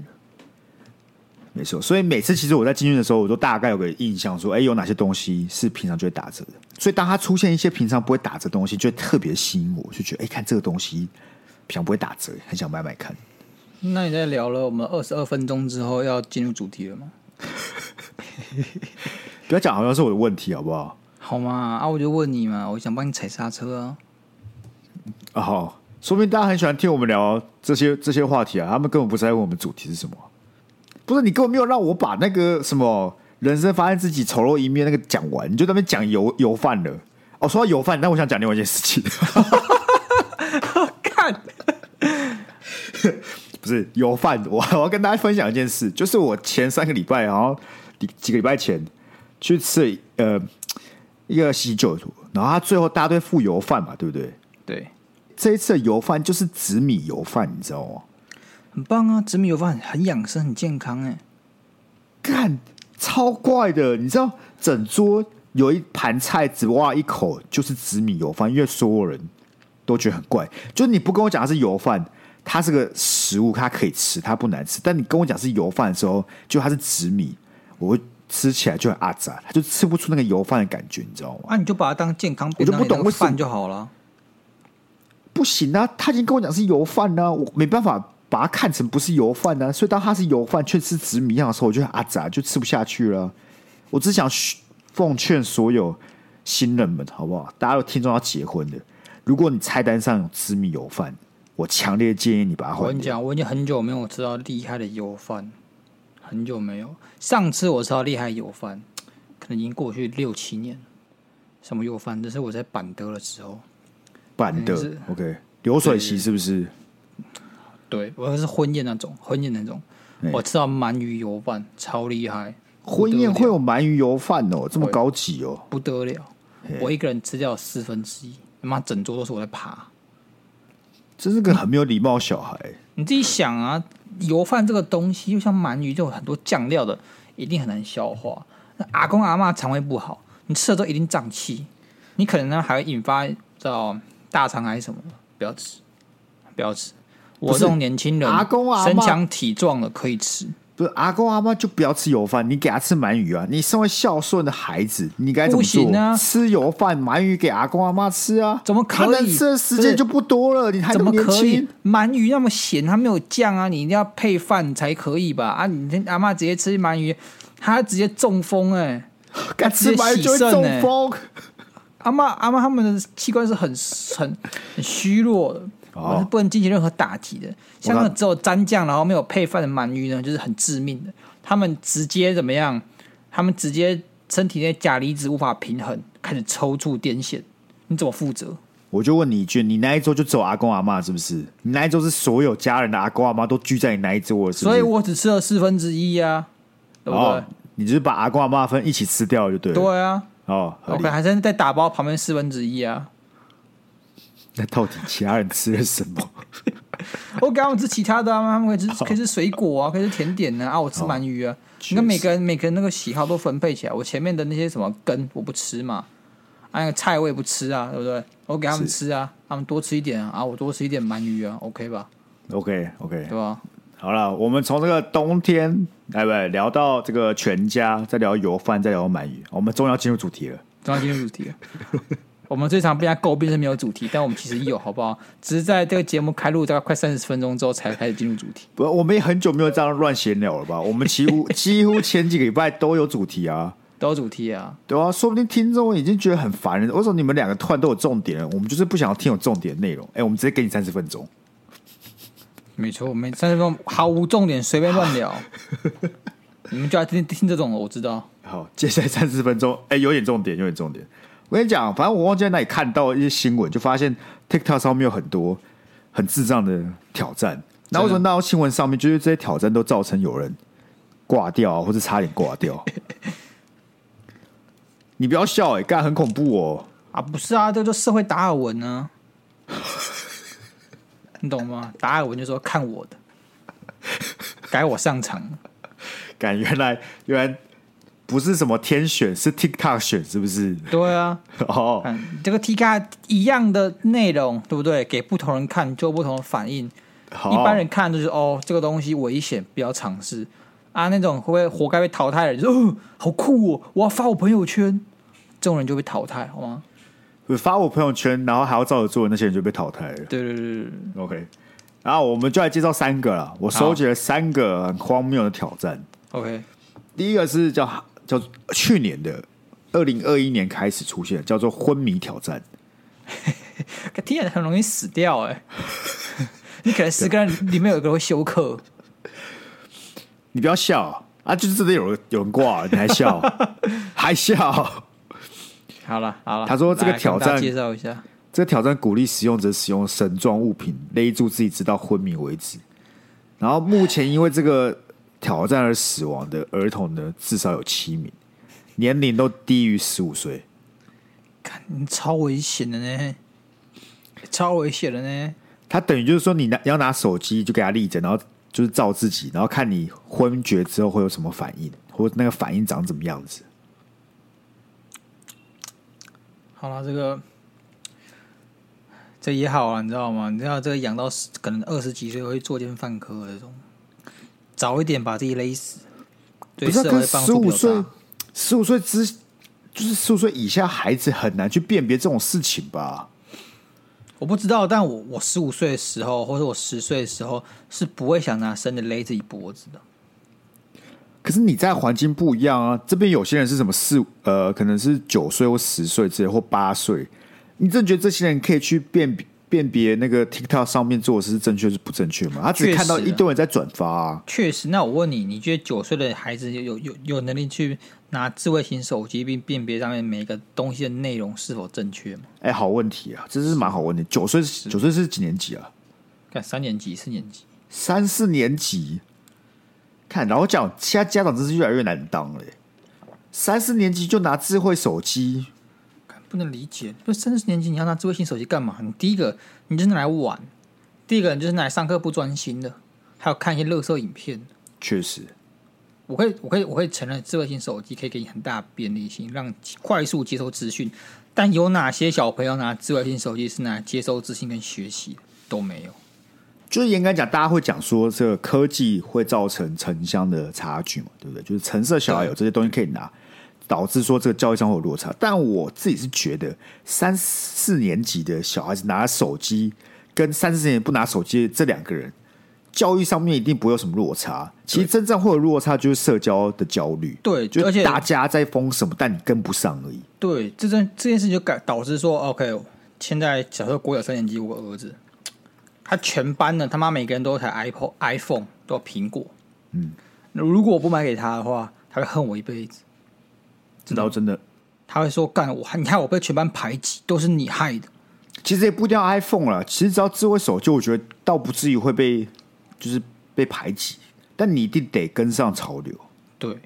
[SPEAKER 2] 没错，所以每次其实我在进去的时候，我都大概有个印象说，哎，有哪些东西是平常就会打折的。所以当它出现一些平常不会打折的东西，就会特别吸引我，就觉得哎，看这个东西平常不会打折，很想买买看。
[SPEAKER 1] 那你在聊了我们二十二分钟之后要进入主题了吗？
[SPEAKER 2] 不要讲好像是我的问题，好不好？
[SPEAKER 1] 好嘛，啊，我就问你嘛，我想帮你踩刹车啊。
[SPEAKER 2] 啊、好，说不定大家很喜欢听我们聊这些这些话题啊，他们根本不在乎我们主题是什么。不是你根本没有让我把那个什么人生发现自己丑陋一面那个讲完，你就在那边讲油油饭了。哦，说到油饭，但我想讲另外一件事情，
[SPEAKER 1] 看，
[SPEAKER 2] 不是油饭，我我要跟大家分享一件事，就是我前三个礼拜，然后几几个礼拜前去吃呃一个喜酒，然后他最后大家都会付油饭嘛，对不对？
[SPEAKER 1] 对，
[SPEAKER 2] 这一次的油饭就是紫米油饭，你知道吗？
[SPEAKER 1] 很棒啊，紫米油饭很很养生，很健康哎、
[SPEAKER 2] 干超怪的，你知道整桌有一盘菜只挖一口就是紫米油饭，因为所有人哦都觉得很怪，就是你不跟我讲它是油饭。它是个食物，它可以吃，它不难吃。但你跟我讲是油饭的时候，就它是紫米，我会吃起来就很阿杂，它就吃不出那个油饭的感觉，你知道吗？
[SPEAKER 1] 啊，你就把它当健康
[SPEAKER 2] 我
[SPEAKER 1] 便
[SPEAKER 2] 就
[SPEAKER 1] 当
[SPEAKER 2] 不
[SPEAKER 1] 里
[SPEAKER 2] 懂
[SPEAKER 1] 那个
[SPEAKER 2] 为什么
[SPEAKER 1] 饭就好了。
[SPEAKER 2] 不行啊，他已经跟我讲是油饭啊，我没办法把它看成不是油饭啊。所以当它是油饭却吃紫米样的时候，我就很阿杂，就吃不下去了。我只想嘘奉劝所有新人们，好不好？大家有听众要结婚的，如果你菜单上有紫米油饭，我强烈建议你把它
[SPEAKER 1] 我跟
[SPEAKER 2] 换
[SPEAKER 1] 你
[SPEAKER 2] 掉。
[SPEAKER 1] 讲，我已经很久没有吃到厉害的油饭，很久没有。上次我吃到厉害油饭，可能已经过去六七年了。什么油饭？这是我在板德的时候，
[SPEAKER 2] 板
[SPEAKER 1] 嗯
[SPEAKER 2] 的
[SPEAKER 1] 是
[SPEAKER 2] ，OK，流水席是不是？
[SPEAKER 1] 对我是婚宴那种，婚宴那种，
[SPEAKER 2] 哎
[SPEAKER 1] 我吃到鳗鱼油饭，超厉害，
[SPEAKER 2] 婚宴
[SPEAKER 1] 不得了
[SPEAKER 2] 会有鳗鱼油饭哦，这么
[SPEAKER 1] 会
[SPEAKER 2] 高级哦。
[SPEAKER 1] 不得了。我一个人吃掉四分之一，他妈整桌都是我在爬。
[SPEAKER 2] 真是个很没有礼貌的小孩，
[SPEAKER 1] 你自己想啊，油饭这个东西，就像鳗鱼，就有很多酱料的，一定很难消化。那阿公阿妈肠胃不好，你吃了之后一定胀气，你可能呢还会引发到大肠癌什么的，不要吃，不要吃。我
[SPEAKER 2] 不是
[SPEAKER 1] 这种年轻人，
[SPEAKER 2] 阿公阿嬷
[SPEAKER 1] 身强体壮的可以吃，
[SPEAKER 2] 不是阿公阿妈就不要吃油饭，你给他吃鳗鱼啊！你身为孝顺的孩子，你该怎么做？
[SPEAKER 1] 不行啊
[SPEAKER 2] 吃油饭、鳗鱼给阿公阿妈吃啊！
[SPEAKER 1] 怎么可以
[SPEAKER 2] 他能吃的时间就不多了，你还那
[SPEAKER 1] 怎么
[SPEAKER 2] 年
[SPEAKER 1] 可以
[SPEAKER 2] 轻，？
[SPEAKER 1] 鳗鱼那么咸，它没有酱啊，你一定要配饭才可以吧？啊，你阿妈直接吃鳗鱼，她直接中风哎、
[SPEAKER 2] 敢吃鳗鱼就会
[SPEAKER 1] 直接洗肾
[SPEAKER 2] 中
[SPEAKER 1] 欸
[SPEAKER 2] 风。
[SPEAKER 1] 阿妈阿妈他们的器官是很很很虚弱的，
[SPEAKER 2] 哦
[SPEAKER 1] 我是不能进行任何打击的。像那种只有沾酱然后没有配饭的鳗鱼呢，就是很致命的。他们直接怎么样？他们直接身体内钾离子无法平衡，开始抽搐癫痫，你怎么负责？
[SPEAKER 2] 我就问你一句，你那一周就只有阿公阿妈是不是？你那一周是所有家人的阿公阿妈都聚在你那一桌了，是不
[SPEAKER 1] 所
[SPEAKER 2] 是？
[SPEAKER 1] 以我只吃了四分之一呀，对不对？
[SPEAKER 2] 哦，你就是把阿公阿妈分一起吃掉就对了。
[SPEAKER 1] 对啊
[SPEAKER 2] 哦，合理
[SPEAKER 1] ，OK，。还是在打包旁边四分之一啊。
[SPEAKER 2] 那到底其他人吃了什么？
[SPEAKER 1] 我给他们吃其他的、啊，他们可以吃可以吃水果啊，可以吃甜点啊，啊，我吃鳗鱼啊。你看每个人每个人那个喜好都分配起来，我前面的那些什么根我不吃嘛，啊，那个菜我也不吃啊，对不对？我给他们吃啊，他们多吃一点啊，啊，我多吃一点鳗鱼啊，OK 吧，
[SPEAKER 2] OK OK，
[SPEAKER 1] 对吧？
[SPEAKER 2] 好了，我们从这个冬天，哎不对，聊到这个全家，再聊油饭，再聊鳗鱼，我们终于要进入主题了。
[SPEAKER 1] 终于进入主题了。我们最常被人家诟病是没有主题，但我们其实有，好不好？只是在这个节目开录大概快三十分钟之后才开始进入主题。
[SPEAKER 2] 不，我们也很久没有这样乱闲聊了吧？我们几乎 几乎前几个礼拜都有主题啊，
[SPEAKER 1] 都有主题啊，
[SPEAKER 2] 对啊，说不定听众已经觉得很烦了。为什么你们两个突然都有重点了？我们就是不想要听有重点的内容。哎，我们直接给你三十分钟，
[SPEAKER 1] 没错，我们三十分钟毫无重点，随便乱聊。 你们就要听听这种的，我知道。
[SPEAKER 2] 好，接下来三十分钟，哎，有点重点，有点重点。我跟你讲，反正我忘记在哪里看到一些新闻，就发现 TikTok 上面有很多很智障的挑战。那为什么那条新闻上面就是这些挑战都造成有人挂掉、啊、或者差点挂掉？ 你不要笑哎、欸，干很恐怖哦。
[SPEAKER 1] 啊，不是啊，这就社会达尔文呢、啊， 你懂吗？达尔文就说看我的，改我上场，
[SPEAKER 2] 感原来原来不是什么天选，是 TikTok 选，是不是？
[SPEAKER 1] 对啊，
[SPEAKER 2] 哦，
[SPEAKER 1] 看这个 T 卡一样的内容，对不对？给不同人看就有不同的反应，
[SPEAKER 2] 好
[SPEAKER 1] 一般人看就是哦，这个东西危险，不要尝试。啊，那种会活该被淘汰的人，就说哦，好酷哦，我要发我朋友圈，这种人就被淘汰，好吗？
[SPEAKER 2] 我发我朋友圈，然后还要照着做，那些人就被淘汰了。
[SPEAKER 1] 对对对对对，
[SPEAKER 2] OK，然后我们就来介绍三个了。我收集了三个很荒谬的挑战。
[SPEAKER 1] OK，
[SPEAKER 2] 第一个是叫叫去年的二零二一年开始出现，叫做昏迷挑战。
[SPEAKER 1] 听起来很容易死掉哎、 你可能十个人里面有一个人会休克，
[SPEAKER 2] 你不要笑啊！就是真的有人有人挂，你还笑，还笑。
[SPEAKER 1] 好了好了，
[SPEAKER 2] 他说这个
[SPEAKER 1] 来跟
[SPEAKER 2] 挑
[SPEAKER 1] 大家
[SPEAKER 2] 战
[SPEAKER 1] 介绍一下，
[SPEAKER 2] 这个挑战鼓励使用者使用绳状物品勒住自己，直到昏迷为止。然后目前因为这个挑战而死亡的儿童呢，至少有七名，年龄都低于十五岁。
[SPEAKER 1] 看
[SPEAKER 2] 嗯
[SPEAKER 1] 你超危险的呢，超危险的呢，
[SPEAKER 2] 他等于就是说，你拿要拿手机就给他立着，然后就是照自己，然后看你昏厥之后会有什么反应，或者那个反应长怎么样子。
[SPEAKER 1] 好了，这个这也好啊，你知道吗？你知道这个养到十可能二十几岁会作奸犯科的这种，早一点把自己勒死，对
[SPEAKER 2] 不是
[SPEAKER 1] 社
[SPEAKER 2] 啊，跟
[SPEAKER 1] 会帮
[SPEAKER 2] 十
[SPEAKER 1] 助比
[SPEAKER 2] 五
[SPEAKER 1] 较
[SPEAKER 2] 岁
[SPEAKER 1] 大。，
[SPEAKER 2] 十五岁之就是十五岁以下孩子很难去辨别这种事情吧？
[SPEAKER 1] 我不知道，但我我十五岁的时候，或者我十岁的时候，是不会想拿绳子勒自己脖子的。
[SPEAKER 2] 可是你在环境不一样啊，这边有些人是什么四呃，可能是九岁或十岁之类，或八岁，你真的觉得这些人可以去辨别辨别那个 TikTok 上面做的是正确是不正确吗？他只看到
[SPEAKER 1] 确实
[SPEAKER 2] 一
[SPEAKER 1] 啊
[SPEAKER 2] 堆人在转发、啊，
[SPEAKER 1] 确实，那我问你，你觉得九岁的孩子有有有有能力去拿智慧型手机并辨别上面每个东西的内容是否正确吗？
[SPEAKER 2] 哎、好问题啊，这是蛮好问题。九岁九岁是几年级啊？
[SPEAKER 1] 看三年级、四年级，
[SPEAKER 2] 三四年级，看，然后讲，现在家长真是越来越难当了欸、三四年级就拿智慧手机，
[SPEAKER 1] 干不能理解。就三四年级你要拿智慧型手机干嘛？你第一个你就是拿来玩，第一个你就是拿来上课不专心的，还有看一些乐色影片。
[SPEAKER 2] 确实，
[SPEAKER 1] 我可以，我可以，我可以承认，智慧型手机可以给你很大的便利性，让你快速接收资讯。但有哪些小朋友拿智慧型手机是拿来接收资讯跟学习的都没有？
[SPEAKER 2] 就是严格讲，大家会讲说这个科技会造成城乡的差距嘛，对不对？就是城市的小孩有这些东西可以拿，导致说这个教育上会有落差。但我自己是觉得，三四年级的小孩子拿手机跟三四年级不拿手机的这两个人，教育上面一定不会有什么落差。其实真正会有落差就是社交的焦虑，
[SPEAKER 1] 对
[SPEAKER 2] 就
[SPEAKER 1] 而
[SPEAKER 2] 是
[SPEAKER 1] 且
[SPEAKER 2] 大家在疯什么，但你跟不上而已。
[SPEAKER 1] 对，这件这件事就改导致说，OK，现在假设国有三年级，我有儿子，他全班呢，他妈每个人都有台 iPod、iPhone，都有苹果。嗯，如果我不买给他的话，他会恨我一辈子。
[SPEAKER 2] 然后真的，
[SPEAKER 1] 他会说：“干我，你看我被全班排挤，都是你害的。
[SPEAKER 2] 其实也不一定要 iPhone 了，其实只要智慧手机，我觉得倒不至于会被就是被排挤，但你一定得跟上潮流。”
[SPEAKER 1] 对，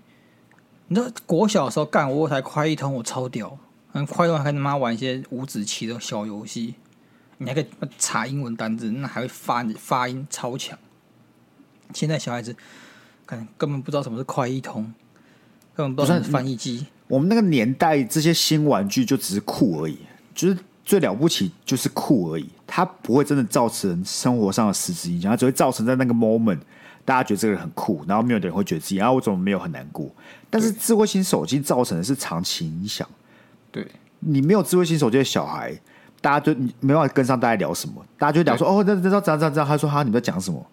[SPEAKER 1] 你知道国小的时候干我有台快一通，我超屌，嗯，快一通还跟他妈玩一些五子棋的小游戏，你还可以查英文单字，那还会发发音超强。现在小孩子，看根本不知道什么是快一通，根本不知道什么是翻译机。
[SPEAKER 2] 我们那个年代，这些新玩具就只是酷而已，就是最了不起就是酷而已，它不会真的造成生活上的实质影响，它只会造成在那个 moment 大家觉得这个人很酷，然后没有的人会觉得自己啊我怎么没有很难过，但是智慧型手机造成的是长期影响。
[SPEAKER 1] 对，
[SPEAKER 2] 你没有智慧型手机的小孩，大家就你没办法跟上大家聊什么，大家就会聊说哦，那那那怎样怎样怎样，他说哈，你们在讲什么？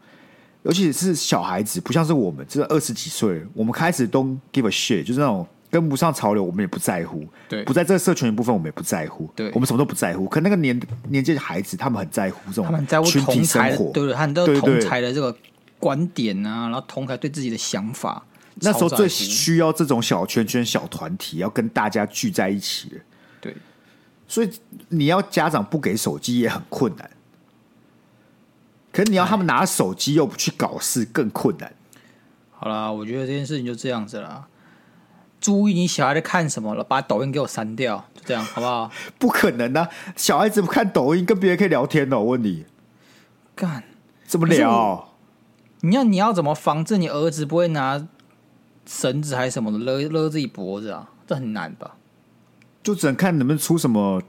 [SPEAKER 2] 尤其是小孩子，不像是我们，这二十几岁了，我们开始 don't give a shit，就是那种跟不上潮流，我们也不在乎。
[SPEAKER 1] 对
[SPEAKER 2] 不在这个社群的部分，我们也不在乎。
[SPEAKER 1] 对
[SPEAKER 2] 我们什么都不在乎。可那个年年纪的孩子，他们很在乎这种
[SPEAKER 1] 他们在乎
[SPEAKER 2] 群
[SPEAKER 1] 同
[SPEAKER 2] 体生
[SPEAKER 1] 才的，
[SPEAKER 2] 活。
[SPEAKER 1] 对对，他们都
[SPEAKER 2] 对对
[SPEAKER 1] 同才的这个观点啊，然后同才对自己的想法。
[SPEAKER 2] 那时候
[SPEAKER 1] 超在
[SPEAKER 2] 最
[SPEAKER 1] 乎
[SPEAKER 2] 需要这种小圈圈、小团体，要跟大家聚在一起的。
[SPEAKER 1] 对
[SPEAKER 2] 所以你要家长不给手机也很困难，可是你要他们拿手机又不去搞事更困难。
[SPEAKER 1] 好啦，我觉得这件事情就这样子啦。注意你小孩在看什么了，把抖音给我删掉，就这样，好不好？
[SPEAKER 2] 不可能啊！小孩子不看抖音，跟别人可以聊天哦。我问你，
[SPEAKER 1] 干，
[SPEAKER 2] 怎么
[SPEAKER 1] 可是
[SPEAKER 2] 聊
[SPEAKER 1] 我？你要你要怎么防治你儿子不会拿绳子还是什么的勒勒自己脖子啊？这很难吧？
[SPEAKER 2] 就只能看能不能出什么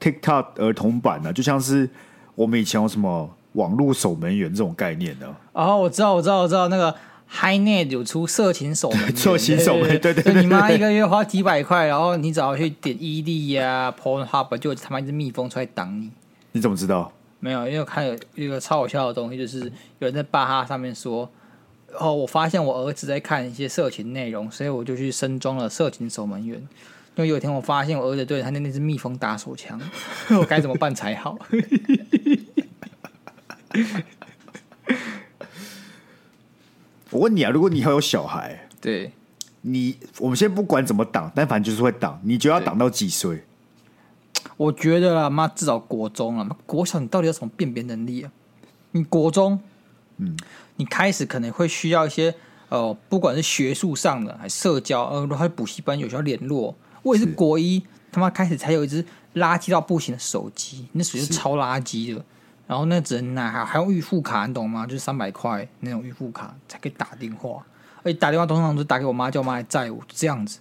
[SPEAKER 2] TikTok 儿童版啊，就像是我们以前有什么网络守门员这种概念呢、
[SPEAKER 1] 哦，我知道，我知道，我知道，那个 HiNet 有出色情守 门员，
[SPEAKER 2] 色情守门
[SPEAKER 1] 对
[SPEAKER 2] 对对对
[SPEAKER 1] 就你妈一个月花几百块，然后你只要去点 ED 呀、Pornhub，就他妈一只蜜蜂出来挡你。
[SPEAKER 2] 你怎么知道？
[SPEAKER 1] 没有，因为我看有一个超好笑的东西，就是有人在巴哈上面说，哦，我发现我儿子在看一些色情内容，所以我就去升装了色情守门员。因为有一天我发现我儿子对着他的那只蜜蜂打手枪， 我该怎么办才好？
[SPEAKER 2] 我问你啊，如果你以后有小孩，
[SPEAKER 1] 对，
[SPEAKER 2] 你我们先不管怎么挡，但反正就是会挡，你就要挡到几岁？
[SPEAKER 1] 我觉得啦，妈至少国中了，妈国小你到底有什么辨别能力啊？你国中，嗯，你开始可能会需要一些呃，不管是学术上的，还是社交，呃，还是补习班有需要联络。我也是国一他妈开始才有一只垃圾到不行的手机，那属于是超垃圾的。然后那只能拿还还用预付卡，你懂吗？就是三百块那种预付卡才可以打电话，而且打电话通常都是打给我妈，叫我妈来载我，就这样子。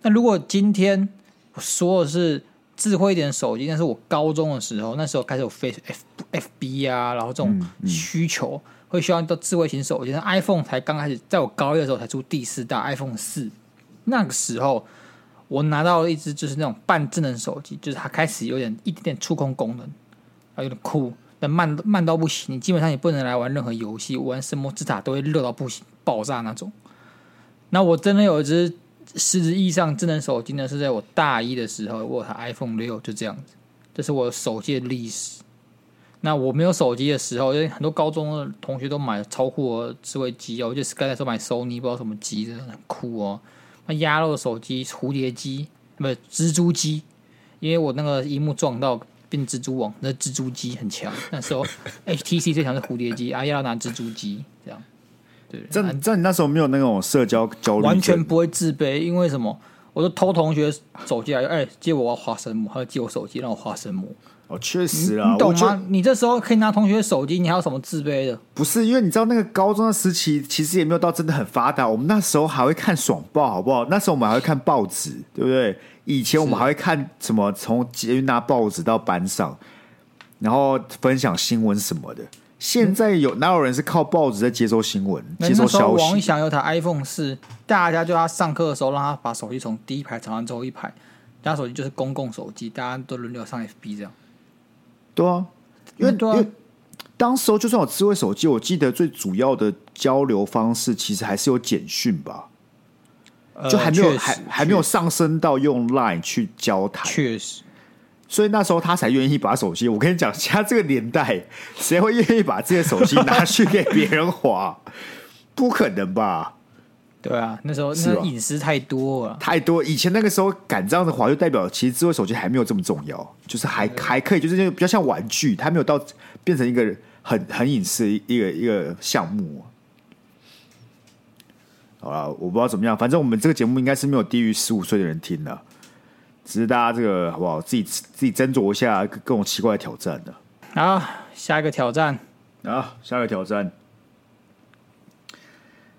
[SPEAKER 1] 那如果今天我说的是智慧一点的手机，那是我高中的时候，那时候开始有 Face F F B 啊，然后这种需求、会需要到智慧型手机。那 iPhone 才刚开始，在我高一的时候才出第四代 iPhone 四，那个时候我拿到了一只就是那种半智能手机，就是它开始有点一点点触控功能，然后有点酷，但慢慢到不行，你基本上也不能来玩任何游戏，玩什么之塔都会热到不行，爆炸那种。那我真的有一只实质意义上智能手机呢，是在我大一的时候，我有台 iPhone 六，就这样子，这是我手机的历史。那我没有手机的时候，因为很多高中的同学都买超酷我智慧机哦，我记得 Sky 那时候买 Sony 不知道什么机，真的很酷哦。那鸭肉手机、蝴蝶机，呃不是蜘蛛机，因为我那个荧幕撞到变蜘蛛网，那蜘蛛机很强。那时候 HTC 最强是蝴蝶机，啊，要拿蜘蛛机这样。对，
[SPEAKER 2] 这样这样你那时候没有那种社交焦虑症，
[SPEAKER 1] 完全不会自卑，因为什么？我都偷同学手机来，哎、借我我要花生膜，他就借我手机让我花生膜，
[SPEAKER 2] 哦，确实啊，
[SPEAKER 1] 你懂
[SPEAKER 2] 我觉得
[SPEAKER 1] 吗？你这时候可以拿同学手机，你还有什么自卑的？
[SPEAKER 2] 不是，因为你知道那个高中的时期，其实也没有到真的很发达。我们那时候还会看爽报，好不好？那时候我们还会看报纸，对不对？以前我们还会看什么，从捷运拿啊报纸到班上，然后分享新闻什么的。现在有哪有人是靠报纸在接收新闻、
[SPEAKER 1] 那
[SPEAKER 2] 接收
[SPEAKER 1] 那时候
[SPEAKER 2] 消
[SPEAKER 1] 王一
[SPEAKER 2] 息？
[SPEAKER 1] 翔有台 iPhone 四，大家就他上课的时候让他把手机从第一排藏到最后一排，他手机就是公共手机，大家都轮流上 FB 这样。
[SPEAKER 2] 对啊，因为、
[SPEAKER 1] 嗯对啊
[SPEAKER 2] 因为当时候就算有智慧手机，我记得最主要的交流方式其实还是有简讯吧，
[SPEAKER 1] 呃
[SPEAKER 2] 就还没有、
[SPEAKER 1] 确实
[SPEAKER 2] 还还没有上升到用 Line 去交谈。
[SPEAKER 1] 确实，
[SPEAKER 2] 所以那时候他才愿意把手机。我跟你讲，现在这个年代，谁会愿意把自己的手机拿去给别人划？不可能吧？
[SPEAKER 1] 对啊，那时候
[SPEAKER 2] 是
[SPEAKER 1] 那
[SPEAKER 2] 吧
[SPEAKER 1] 隐私太多了。
[SPEAKER 2] 太多。以前那个时候敢这样子划，就代表其实智慧手机还没有这么重要，就是还还可以，就是那个比较像玩具，它没有到变成一个很很隐私的一个一个项目。好了，我不知道怎么样，反正我们这个节目应该是没有低于十五岁的人听的，只是大家这个好不好，自己自己斟酌一下各各种奇怪的挑战的。
[SPEAKER 1] 好，下一个挑战，
[SPEAKER 2] 啊，下个挑战，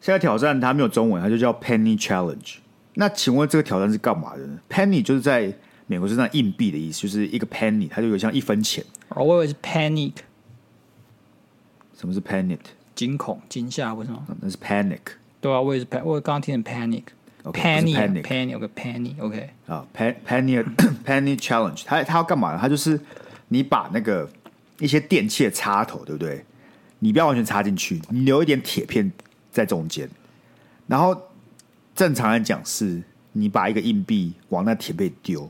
[SPEAKER 2] 下个挑战它没有中文，它就叫 Penny Challenge。那请问这个挑战是干嘛的呢？Penny 就是在美国是那硬币的意思，就是一个 penny，它就有像一分钱。
[SPEAKER 1] 哦我以为是 panic
[SPEAKER 2] 什么是 panic？
[SPEAKER 1] 惊恐惊吓，为什么？
[SPEAKER 2] 那是 panic
[SPEAKER 1] 对啊，我也是 pan，我刚刚听成 panic。
[SPEAKER 2] OK，不
[SPEAKER 1] Penny
[SPEAKER 2] 是 panic
[SPEAKER 1] Penny 有个 Penny OK，
[SPEAKER 2] 啊，Pen-，Penny Penny Challenge。它它要干嘛呢？它就是你把那个一些电器的插头，对不对？你不要完全插进去，你留一点铁片在中间。然后正常来讲是，你把一个硬币往那铁片丢，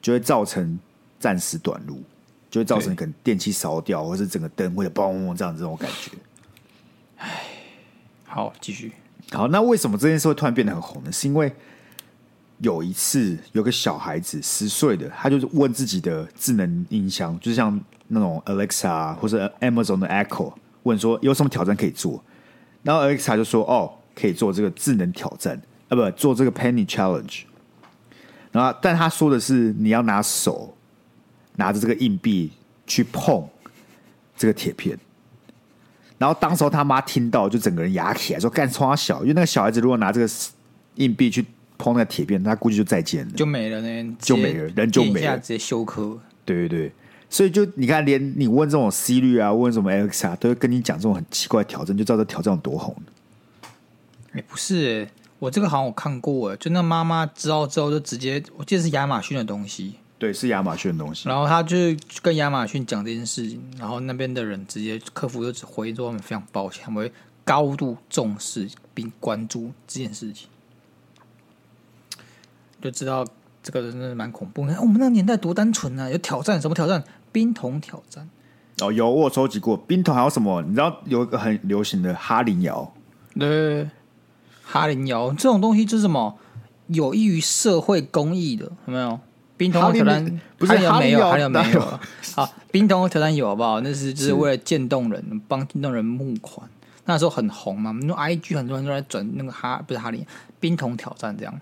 [SPEAKER 2] 就会造成暂时短路，就会造
[SPEAKER 1] 对
[SPEAKER 2] 成可能电器烧掉，或是整个灯会嘣嘣这样这种感觉。
[SPEAKER 1] 好，继续。
[SPEAKER 2] 好，那为什么这件事会突然变得很红呢？是因为有一次有个小孩子十岁的，他就是问自己的智能音箱，就像那种 Alexa 啊或者 Amazon 的 Echo，问说有什么挑战可以做，然后 Alexa 就说哦，可以做这个智能挑战，啊不，做这个 Penny Challenge。然后，但他说的是你要拿手拿着这个硬币去碰这个铁片。然后当时候他妈听到，就整个人牙起来，说干冲他小，因为那个小孩子如果拿这个硬币去碰那个铁片，他估计就再见了。
[SPEAKER 1] 就没了呢，
[SPEAKER 2] 就没了人就没了
[SPEAKER 1] 一下直接休克。
[SPEAKER 2] 对对对，所以就你看，连你问这种 C 率啊，问什么 Alexa，都会跟你讲这种很奇怪的挑战，就知道这挑战有多红。
[SPEAKER 1] 哎、不是欸、我这个好像我看过哎、就那妈妈知道之后就直接，我记得是亚马逊的东西，
[SPEAKER 2] 对，是亚马逊的东西。
[SPEAKER 1] 然后他就跟亚马逊讲这件事情，然后那边的人直接客服就只回说他们非常抱歉，他们会高度重视并关注这件事情，就知道这个真的蛮恐怖的。哎我们那个年代多单纯啊，有挑战什么挑战？冰桶挑战，
[SPEAKER 2] 哦，有我有收集过冰桶，还有什么？你知道有一个很流行的哈林摇，
[SPEAKER 1] 对，哈林摇这种东西就是什么？有益于社会公益的，有没有？冰桶
[SPEAKER 2] 哈林
[SPEAKER 1] 挑战
[SPEAKER 2] 不是
[SPEAKER 1] 哈林摇没有，哈林摇
[SPEAKER 2] 哈林摇
[SPEAKER 1] 没有
[SPEAKER 2] 哪有
[SPEAKER 1] 好，冰桶挑战有好不好？那是就是
[SPEAKER 2] 是
[SPEAKER 1] 为了渐冻人，帮渐冻人募款。那时候很红嘛，那 IG 很多人都在转那个哈，不是哈林冰桶挑战这样。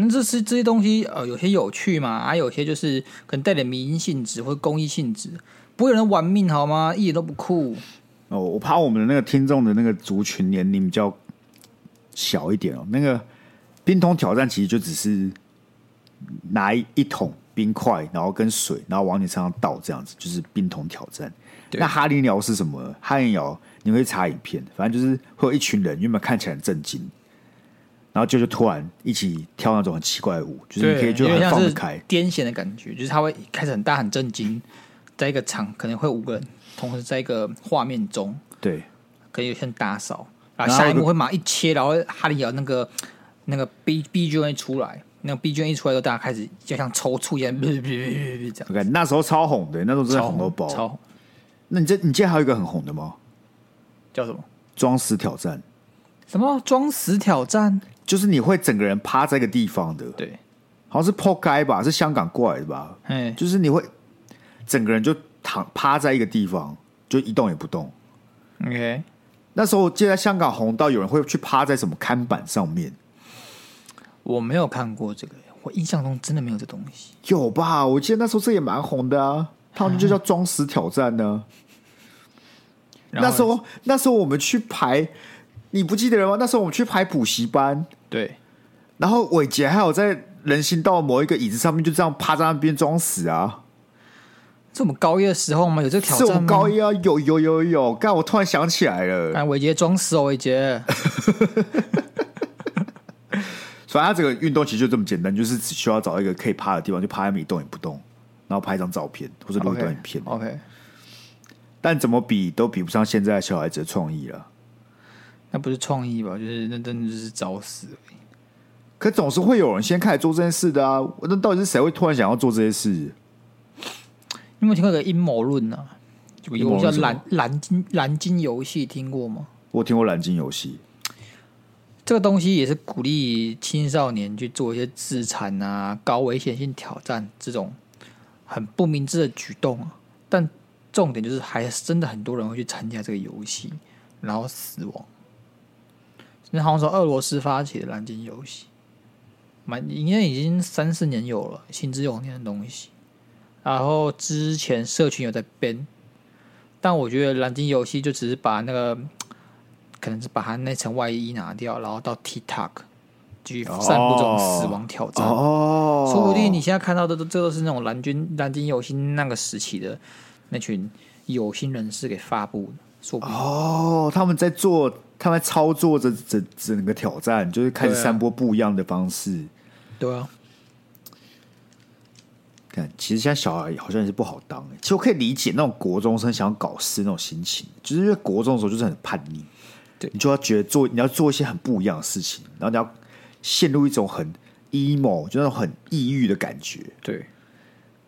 [SPEAKER 1] 那这是这些东西，呃，有些有趣嘛，啊，有些就是可能带点迷因性质或者公益性质，不会有人玩命好吗？一点都不酷。
[SPEAKER 2] 哦，我怕我们的那个听众的那个族群年龄比较小一点哦。那个冰桶挑战其实就只是拿一一桶冰块，然后跟水，然后往你身上倒，这样子就是冰桶挑战。
[SPEAKER 1] 对
[SPEAKER 2] 那哈林摇是什么呢？哈林摇你会查影片，反正就是会有一群人原本看起来很震惊，然后就就突然一起跳那种很奇怪的舞，就是你可以就
[SPEAKER 1] 有
[SPEAKER 2] 很
[SPEAKER 1] 点像
[SPEAKER 2] 放
[SPEAKER 1] 是
[SPEAKER 2] 得开。
[SPEAKER 1] 癫痫的感觉，就是他会一开始很大很震惊，在一个场可能会五个人同时在一个画面中，
[SPEAKER 2] 对，
[SPEAKER 1] 可能有些人打扫，然后
[SPEAKER 2] 然后
[SPEAKER 1] 下一
[SPEAKER 2] 有个
[SPEAKER 1] 幕会马上一切，然后哈利摇那个那个 B B G 一出来，那个 B G 一出来之后，大家开始就像抽搐一样，这样
[SPEAKER 2] 我看那时候超红的，那时候真的
[SPEAKER 1] 超
[SPEAKER 2] 红到爆。
[SPEAKER 1] 超红
[SPEAKER 2] 那你这你记得还有一个很红的吗？
[SPEAKER 1] 叫什么
[SPEAKER 2] 装死挑战。
[SPEAKER 1] 什么装死挑战？
[SPEAKER 2] 就是你会整个人趴在一个地方的，
[SPEAKER 1] 对，
[SPEAKER 2] 好像是 p o k 吧，是香港过来的吧？
[SPEAKER 1] 哎，
[SPEAKER 2] 就是你会整个人就躺趴在一个地方，就一动也不动。
[SPEAKER 1] OK，
[SPEAKER 2] 那时候我记得在香港红到有人会去趴在什么看板上面，
[SPEAKER 1] 我没有看过这个，我印象中真的没有这东西。
[SPEAKER 2] 有吧？我记得那时候这也蛮红的啊，他们就叫装死挑战呢、
[SPEAKER 1] 嗯然后
[SPEAKER 2] 那时候那时候我们去排，你不记得了吗？那时候我们去排补习班，
[SPEAKER 1] 对，
[SPEAKER 2] 然后伟杰还有在人行道某一个椅子上面就这样趴在那边装死啊。
[SPEAKER 1] 是我们高一的时候吗？有这个挑
[SPEAKER 2] 是我
[SPEAKER 1] 战
[SPEAKER 2] 们
[SPEAKER 1] 吗？
[SPEAKER 2] 高一啊，有有有有，干！我突然想起来了，
[SPEAKER 1] 哎，伟杰装死哦，伟杰。
[SPEAKER 2] 所以他这个运动其实就这么简单，就是只需要找一个可以趴的地方，就趴在那里一动也不动，然后拍一张照片或 者录一段影片。
[SPEAKER 1] OK，
[SPEAKER 2] 但怎么比都比不上现在小孩子的创意了。
[SPEAKER 1] 那不是创意吧？就是那真的就是找死而已。
[SPEAKER 2] 可总是会有人先开始做这件事的啊！那到底是谁会突然想要做这些事？
[SPEAKER 1] 你有没有听过一个阴谋论呢？有个
[SPEAKER 2] 阴谋
[SPEAKER 1] 游戏
[SPEAKER 2] 论
[SPEAKER 1] 叫
[SPEAKER 2] 是什么
[SPEAKER 1] 蓝蓝鲸蓝鲸游戏，听过吗？
[SPEAKER 2] 我听过蓝鲸游戏，
[SPEAKER 1] 这个东西也是鼓励青少年去做一些自残啊、高危险性挑战这种很不明智的举动啊。但重点就是，还是真的很多人会去参加这个游戏，然后死亡。那好像从俄罗斯发起的蓝鲸游戏，蛮应该已经三四年有了，行之有年的东西。然后之前社群有在编，但我觉得蓝鲸游戏就只是把那个可能是把它那层外衣拿掉，然后到 TikTok 去散布这种死亡挑战。
[SPEAKER 2] 哦，
[SPEAKER 1] 说不定你现在看到的都这都是那种蓝军蓝军有心那个时期的那群有心人士给发布的，说不定、
[SPEAKER 2] 哦，他们在做，他们在操作这这整个挑战，就是开始
[SPEAKER 1] 对啊
[SPEAKER 2] 散播不一样的方式。
[SPEAKER 1] 对啊，
[SPEAKER 2] 看，其实现在小孩好像也是不好当、欸。其实我可以理解那种国中生想要搞事那种心情，就是因为国中的时候就是很叛逆，
[SPEAKER 1] 对
[SPEAKER 2] 你就要觉得做你要做一些很不一样的事情，然后你要陷入一种很 emo，就那种很抑郁的感觉，
[SPEAKER 1] 对。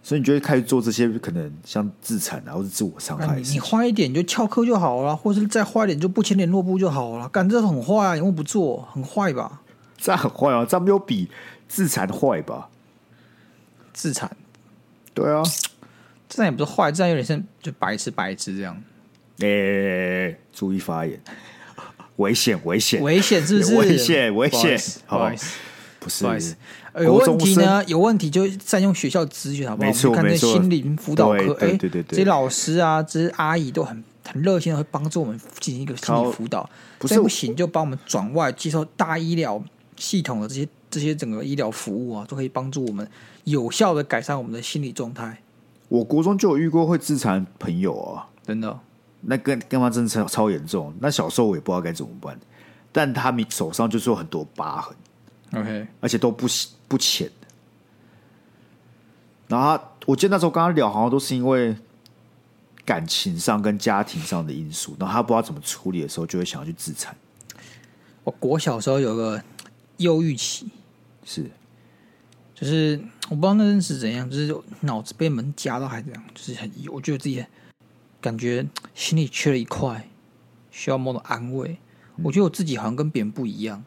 [SPEAKER 2] 所以你就会开始做这些可能像自残啊，或者自我伤
[SPEAKER 1] 那
[SPEAKER 2] 害
[SPEAKER 1] 你
[SPEAKER 2] 的事
[SPEAKER 1] 你
[SPEAKER 2] 情。
[SPEAKER 1] 坏一点就翘课就好了，或是再坏一点就不签联络簿就好了。干这很坏啊，你为什么不做？很坏吧？
[SPEAKER 2] 这样很坏啊，这样没有比自残坏吧？
[SPEAKER 1] 自残，
[SPEAKER 2] 对啊，
[SPEAKER 1] 自残也不是坏，自残有点像就白痴白痴这样，
[SPEAKER 2] 哎、注意 发言，危险危险，
[SPEAKER 1] 危险是不是？
[SPEAKER 2] 危险危
[SPEAKER 1] 不好意思
[SPEAKER 2] 险
[SPEAKER 1] 不好意思。
[SPEAKER 2] 不是
[SPEAKER 1] 不好意思，呃有问题呢，有问题就占用学校资源，好不好？
[SPEAKER 2] 没错
[SPEAKER 1] 我们去看那
[SPEAKER 2] 没错
[SPEAKER 1] 心灵辅导课，
[SPEAKER 2] 对
[SPEAKER 1] 哎，
[SPEAKER 2] 对对对
[SPEAKER 1] 这
[SPEAKER 2] 对
[SPEAKER 1] 些老师啊，这些阿姨都很很热心的会帮助我们进行一个心理
[SPEAKER 2] 靠
[SPEAKER 1] 辅导，
[SPEAKER 2] 不
[SPEAKER 1] 再
[SPEAKER 2] 是
[SPEAKER 1] 不行就帮我们转外接受大医疗系统的这些这些整个医疗服务啊，都可以帮助我们有效的改善我们的心理状态，
[SPEAKER 2] 我国中就有遇过会自残朋友啊，
[SPEAKER 1] 真的。
[SPEAKER 2] 那跟干嘛真的超超严重。那小时候我也不知道该怎么办，但他们手上就是有很多疤痕，
[SPEAKER 1] OK，
[SPEAKER 2] 而且都不不浅的。然后他我记得那时候跟他聊，好像都是因为感情上跟家庭上的因素，然后他不知道怎么处理的时候，就会想要去自残。
[SPEAKER 1] 我国小时候有个忧郁期，
[SPEAKER 2] 是
[SPEAKER 1] 就是我不知道那阵是怎样，就是脑子被门夹到还是怎样，就是很我觉得自己感觉心里缺了一块，需要某种安慰。我觉得我自己好像跟别人不一样，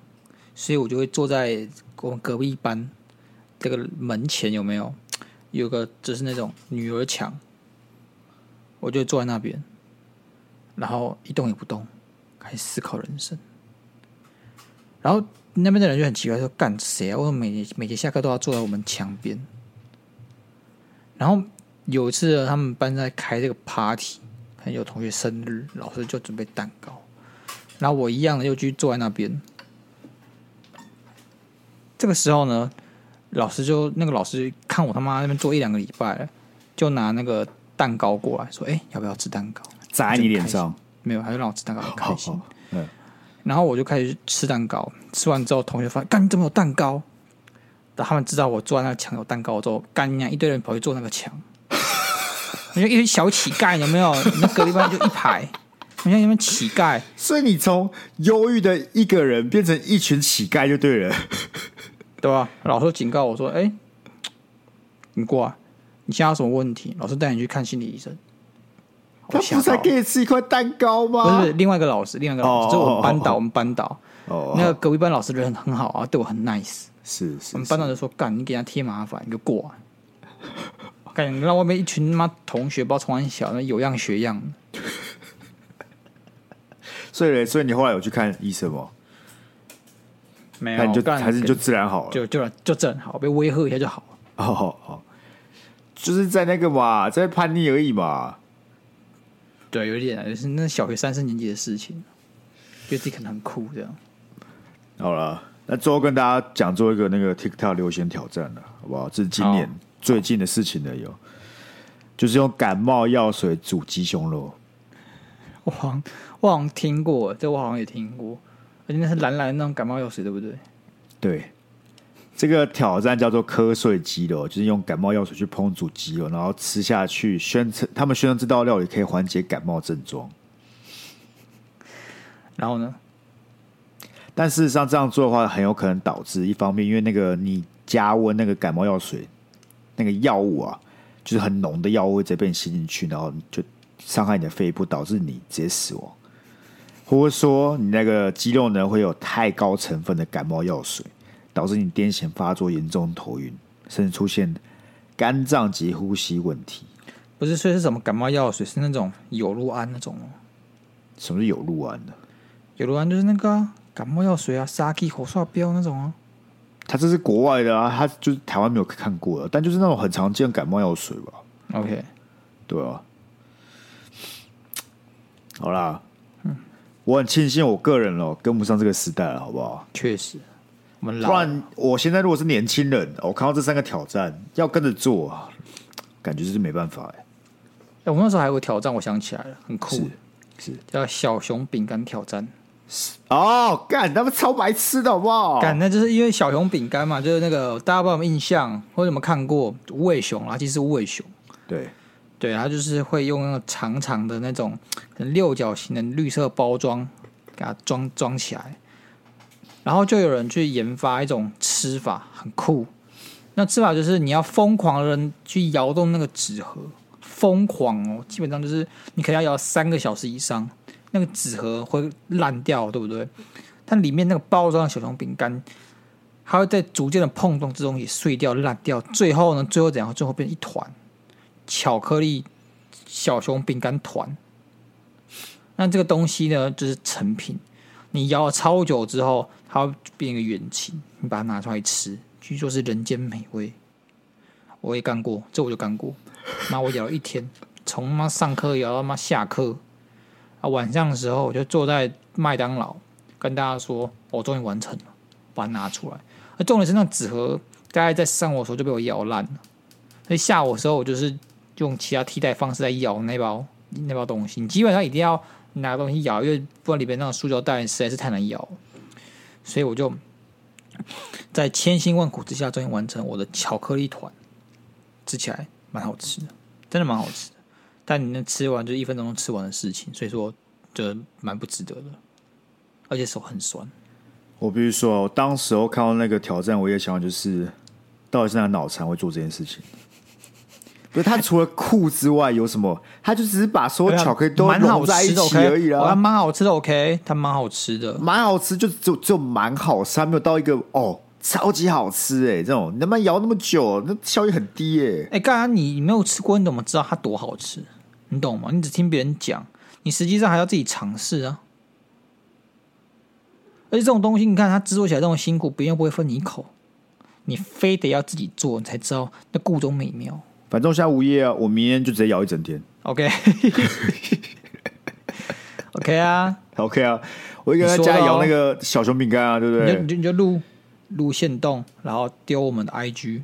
[SPEAKER 1] 所以我就会坐在我们隔壁班这个门前有没有有个就是那种女儿墙，我就坐在那边，然后一动也不动，开始思考人生。然后那边的人就很奇怪，说：“干谁啊？为什么每节每节下课都要坐在我们墙边？”然后有一次呢，他们班在开这个 party，可能有同学生日，老师就准备蛋糕，然后我一样的又继续坐在那边。这个时候呢，老师就那个老师看我他妈那边坐一两个礼拜了，就拿那个蛋糕过来说：“哎，要不要吃蛋糕
[SPEAKER 2] 砸在你脸上，？”
[SPEAKER 1] 没有，他就让我吃蛋糕，很开
[SPEAKER 2] 好
[SPEAKER 1] 心。
[SPEAKER 2] 好，嗯，
[SPEAKER 1] 然后我就开始吃蛋糕，吃完之后，同学发现，干你怎么有蛋糕？等他们知道我坐在那个墙有蛋糕之后，干你娘一堆人跑去坐那个墙，你就一堆小乞丐有没有？那隔壁班就一排，你像你们乞丐，
[SPEAKER 2] 所以你从忧郁的一个人变成一群乞丐就对了。
[SPEAKER 1] 对吧？老师警告我说：“哎、你过来，你现在有什么问题？老师带你去看心理医生。”
[SPEAKER 2] 他
[SPEAKER 1] 我
[SPEAKER 2] 不
[SPEAKER 1] 吓
[SPEAKER 2] 是还
[SPEAKER 1] 到，
[SPEAKER 2] 给你吃一块蛋糕
[SPEAKER 1] 不是
[SPEAKER 2] 吗
[SPEAKER 1] 不？是另外一个老师，另外一个老
[SPEAKER 2] 哦
[SPEAKER 1] 师，就是我
[SPEAKER 2] 哦
[SPEAKER 1] 们班导，
[SPEAKER 2] 哦
[SPEAKER 1] 我们班导
[SPEAKER 2] 哦，
[SPEAKER 1] 那个隔壁班老师人很好啊，对我很 nice。
[SPEAKER 2] 是是
[SPEAKER 1] 我们班长就说：“干，你给他贴麻烦，你就过来。干，你让外面一群他妈同学，不知道从哪里小，那有样学样。
[SPEAKER 2] 所以嘞，所以你后来有去看医生吗？
[SPEAKER 1] 没
[SPEAKER 2] 那
[SPEAKER 1] 有，
[SPEAKER 2] 你就
[SPEAKER 1] 干
[SPEAKER 2] 还是你就自然好了？
[SPEAKER 1] 就就就正好被威吓一下就好了。
[SPEAKER 2] 哦哦，哦就是在那个嘛，在叛逆而已嘛。
[SPEAKER 1] 对，有一点啊就是那小学三四年级的事情，觉得自己可能很酷这样。
[SPEAKER 2] 好了，那最后跟大家讲做一个那个 TikTok 流行挑战了，好不好？这是今年
[SPEAKER 1] 好
[SPEAKER 2] 最近的事情了，有，就是用感冒药水煮鸡胸肉。
[SPEAKER 1] 我好像我好像听过，这我好像也听过，而且那是蓝蓝的那种感冒药水，对不对？
[SPEAKER 2] 对，这个挑战叫做瞌睡鸡肉，就是用感冒药水去烹煮鸡肉，然后吃下去，宣称他们宣称这道料理可以缓解感冒症状。
[SPEAKER 1] 然后呢，
[SPEAKER 2] 但事实上这样做的话，很有可能导致一方面，因为那个你加温那个感冒药水，那个药物啊，就是很浓的药物会直接被你吸进去，然后就伤害你的肺部，导致你直接死亡，或者说你那个肌肉呢会有太高成分的感冒药水，导致你癫痫发作、严重头晕，甚至出现肝脏及呼吸问题。
[SPEAKER 1] 不是说是什么感冒药水，是那种有氯胺那种哦。
[SPEAKER 2] 什么是有氯胺呢？
[SPEAKER 1] 有氯胺就是那个啊、感冒药水啊，杀鸡口刷标那种哦、
[SPEAKER 2] 它这是国外的啊，它就是台湾没有看过的，但就是那种很常见的感冒药水吧。
[SPEAKER 1] OK，
[SPEAKER 2] 对啊，好啦，我很庆幸我个人哦跟不上这个时代了，好不好？
[SPEAKER 1] 确实，我们
[SPEAKER 2] 不
[SPEAKER 1] 老了
[SPEAKER 2] 然我现在如果是年轻人，哦我看到这三个挑战要跟着做啊，感觉就是没办法哎、
[SPEAKER 1] 欸我们那时候还有个挑战，我想起来了，很酷，
[SPEAKER 2] 是是
[SPEAKER 1] 叫小熊饼干挑战。
[SPEAKER 2] 哦，干他们超白痴的好不好？
[SPEAKER 1] 干、那就是因为小熊饼干嘛，就是那个大家不知道有没有印象或者有没有看过无尾熊啦，其实是无尾熊，
[SPEAKER 2] 对，
[SPEAKER 1] 对，它就是会用那个长长的那种可能六角形的绿色包装给它装装起来，然后就有人去研发一种吃法，很酷。那吃法就是你要疯狂的去摇动那个纸盒，疯狂哦，基本上就是你可能要摇三个小时以上，那个纸盒会烂掉，对不对？但里面那个包装的小熊饼干，它会在逐渐的碰撞之中也碎掉、烂掉，最后呢，最后怎样？最后变成一团巧克力小熊饼干团。那这个东西呢，就是成品。你摇了超久之后，它会变一个圆形，你把它拿出来吃，据说是人间美味。我也干过，这我就干过。妈，我摇了一天，从妈上课摇到妈下课。啊，晚上的时候我就坐在麦当劳，跟大家说，我终于完成了，把它拿出来。而重点是那纸盒，大概在上午的时候就被我摇烂了。所以下午的时候，我就是用其他替代方式来咬那包那包东西。你基本上一定要拿东西咬，因为不然里面那种塑胶袋实在是太难咬了。所以我就在千辛万苦之下，终于完成我的巧克力团，吃起来蛮好吃的，真的蛮好吃的。但你那吃完就是一分钟就吃完的事情，所以说就蛮不值得的，而且手很酸。
[SPEAKER 2] 我必须说，当时候看到那个挑战，我一个想法就是，到底是哪个脑残会做这件事情？不是他除了酷之外有什么？他就只是把所有巧克力都
[SPEAKER 1] 啊蛮好
[SPEAKER 2] 融在一
[SPEAKER 1] 吃的
[SPEAKER 2] 起
[SPEAKER 1] ，OK，
[SPEAKER 2] 而已啊
[SPEAKER 1] 哦它
[SPEAKER 2] 啦，
[SPEAKER 1] 蛮好吃的，OK，它蛮好吃的。
[SPEAKER 2] 蛮好吃，就只有只有蛮好吃，还没有到一个哦超级好吃哎、这种你他妈摇那么久，那效率很低哎、
[SPEAKER 1] 哎、刚刚你没有吃过，你怎么知道它多好吃？你懂吗？你只听别人讲，你实际上还要自己尝试啊。而且这种东西，你看它制作起来这么辛苦，别人又不会分你一口，你非得要自己做，你才知道那故中美妙。
[SPEAKER 2] 反正我现在无业啊，我明天就直接摇一整天。
[SPEAKER 1] OK，OK、OK 啊，
[SPEAKER 2] OK 啊，我一个人在
[SPEAKER 1] 你
[SPEAKER 2] 家
[SPEAKER 1] 说了哦
[SPEAKER 2] 摇那个小熊饼干啊，对不
[SPEAKER 1] 你就
[SPEAKER 2] 对
[SPEAKER 1] 你？就你就录录线动，然后丢我们的 IG。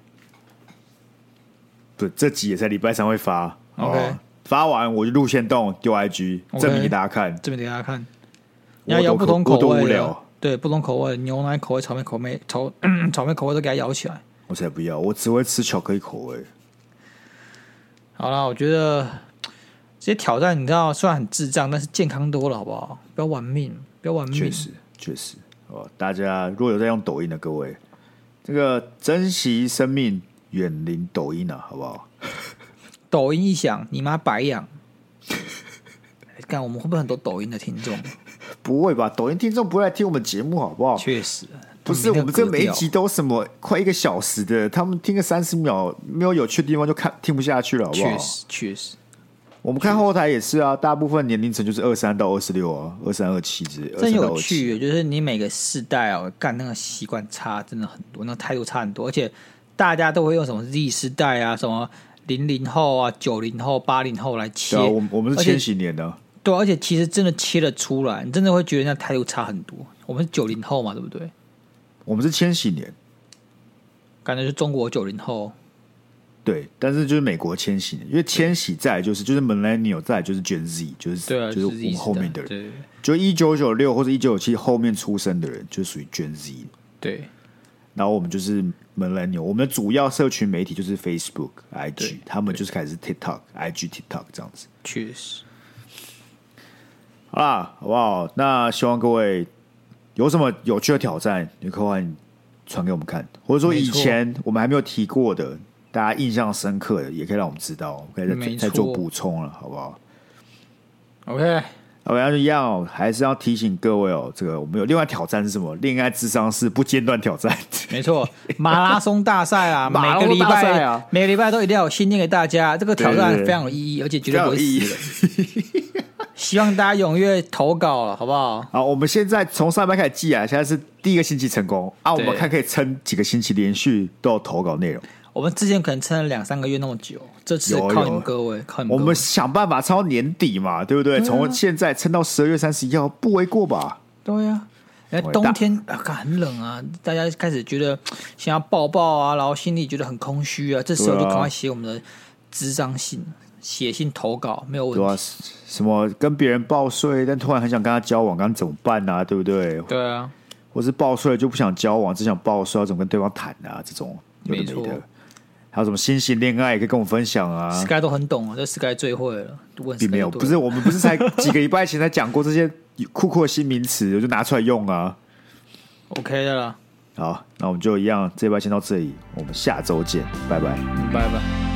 [SPEAKER 2] 对，这集也在礼拜三会发。哦
[SPEAKER 1] OK
[SPEAKER 2] 发完我就路线动丢 IG，
[SPEAKER 1] OK
[SPEAKER 2] 证明给大家看。
[SPEAKER 1] 这边给大家看，
[SPEAKER 2] 我
[SPEAKER 1] 你要摇
[SPEAKER 2] 多
[SPEAKER 1] 不
[SPEAKER 2] 可
[SPEAKER 1] 同
[SPEAKER 2] 我
[SPEAKER 1] 口
[SPEAKER 2] 多无
[SPEAKER 1] 味啊的
[SPEAKER 2] 聊，
[SPEAKER 1] 对，不同口味，牛奶口味、草莓口味、草 草莓口味都给它摇起来。
[SPEAKER 2] 我才不要，我只会吃巧克力口味。
[SPEAKER 1] 好啦，我觉得这些挑战，你知道，虽然很智障，但是健康多了，好不好？不要玩命，不要玩
[SPEAKER 2] 确
[SPEAKER 1] 命。
[SPEAKER 2] 实，确实哦，大家如果有在用抖音的各位，这个珍惜生命，远离抖音啊，好不好？
[SPEAKER 1] 抖音一响，你妈白养。 看我们会不会很多抖音的听众？
[SPEAKER 2] 不会吧？抖音听众不会来听我们节目，好不好？
[SPEAKER 1] 确实，
[SPEAKER 2] 不
[SPEAKER 1] 他
[SPEAKER 2] 是，我
[SPEAKER 1] 一定要
[SPEAKER 2] 们这每一
[SPEAKER 1] 割掉
[SPEAKER 2] 集都什么快一个小时的，他们听个三十秒没有有趣的地方就看听不下去了，好不好
[SPEAKER 1] 确？实确实。
[SPEAKER 2] 我们看后台也是啊，大部分年龄层就是二三到二十六啊，二三二七之类，
[SPEAKER 1] 真
[SPEAKER 2] 23到
[SPEAKER 1] 有
[SPEAKER 2] 27
[SPEAKER 1] 趣耶，就是你每个世代哦，干那个习惯差真的很多，那个态度差很多，而且大家都会用什么 Z 世代啊，什么零零后啊、九零后、八零后来切，
[SPEAKER 2] 对啊，我们我们是
[SPEAKER 1] 而且
[SPEAKER 2] 千禧年的啊、
[SPEAKER 1] 对啊、而且其实真的切了出来，你真的会觉得那态度差很多。我们是九零后嘛，对不对？
[SPEAKER 2] 我们是千禧年，
[SPEAKER 1] 感觉是中国九零后，
[SPEAKER 2] 对，但是就是美国千禧年，因为千禧再来就是就是 millennial 再来就是 Gen Z，就是
[SPEAKER 1] 对啊，
[SPEAKER 2] 就是我
[SPEAKER 1] 是 Z
[SPEAKER 2] 们
[SPEAKER 1] 世
[SPEAKER 2] 后
[SPEAKER 1] 代
[SPEAKER 2] 面的人，
[SPEAKER 1] 对
[SPEAKER 2] 就一九九六或者一九九七后面出生的人就属于 Gen Z，
[SPEAKER 1] 对
[SPEAKER 2] 然后我们就是 millennial，我们的主要社群媒体就是 Facebook、IG，他们就是开始是 TikTok、IG、TikTok 这样子。
[SPEAKER 1] 确实。
[SPEAKER 2] 好啦，好不好？那希望各位有什么有趣的挑战，你可以传给我们看，或者说
[SPEAKER 1] 没
[SPEAKER 2] 以
[SPEAKER 1] 错
[SPEAKER 2] 前我们还没有提过的，大家印象深刻的，也可以让我们知道，我们可以
[SPEAKER 1] 没错
[SPEAKER 2] 再再做补充了，好不好？
[SPEAKER 1] OK，
[SPEAKER 2] 好，那就一样哦，还是要提醒各位哦，这个我们有另外挑战是什么？恋爱智商是不间断挑战。
[SPEAKER 1] 没 错，马拉松大赛啊，
[SPEAKER 2] 马拉
[SPEAKER 1] 每
[SPEAKER 2] 松
[SPEAKER 1] 个礼
[SPEAKER 2] 大赛
[SPEAKER 1] 拜
[SPEAKER 2] 啊
[SPEAKER 1] 每个礼拜都一定要有新念给大家，这个挑
[SPEAKER 2] 对
[SPEAKER 1] 战
[SPEAKER 2] 对对
[SPEAKER 1] 非常有意义，而且绝
[SPEAKER 2] 非
[SPEAKER 1] 对
[SPEAKER 2] 常
[SPEAKER 1] 不
[SPEAKER 2] 有
[SPEAKER 1] 会
[SPEAKER 2] 意义
[SPEAKER 1] 死人。希望大家踊跃投稿了，好不好？
[SPEAKER 2] 好，我们现在从上班开始记啊，现在是第一个星期成功啊，我
[SPEAKER 1] 对
[SPEAKER 2] 们看可以撑几个星期连续都有投稿内容。
[SPEAKER 1] 我们之前可能撑了两三个月那么久，这次
[SPEAKER 2] 有啊
[SPEAKER 1] 靠
[SPEAKER 2] 有
[SPEAKER 1] 你们各位，靠你们
[SPEAKER 2] 我
[SPEAKER 1] 各位。
[SPEAKER 2] 们想办法撑到年底嘛，对不对？从、现在撑到十二月三十一号，不为过吧？
[SPEAKER 1] 对呀、哎，
[SPEAKER 2] 伟大
[SPEAKER 1] 冬天啊，干很冷啊，大家开始觉得想要抱抱啊，然后心里觉得很空虚啊，这时候就
[SPEAKER 2] 对啊
[SPEAKER 1] 赶快写我们的智商信，写信投稿没有问
[SPEAKER 2] 对
[SPEAKER 1] 题。
[SPEAKER 2] 啊，什么跟别人报税，但突然很想跟他交往，该怎么办啊？对不对？
[SPEAKER 1] 对啊，
[SPEAKER 2] 或是报税就不想交往，只想报税，要怎么跟对方谈啊？这种有的
[SPEAKER 1] 没
[SPEAKER 2] 没
[SPEAKER 1] 错
[SPEAKER 2] 的，还有什么新型恋爱也可以跟我们分享啊？
[SPEAKER 1] Sky 都很懂啊，这 Sky 最会了，问 Sky
[SPEAKER 2] 并没有，
[SPEAKER 1] 就
[SPEAKER 2] 不
[SPEAKER 1] 对
[SPEAKER 2] 是
[SPEAKER 1] 了
[SPEAKER 2] 我们不是才几个礼拜前才讲过这些酷酷的新名词，我就拿出来用啊。
[SPEAKER 1] OK 的啦，
[SPEAKER 2] 好，那我们就一样，这一拜先到这里，我们下周见，拜拜。
[SPEAKER 1] 拜拜。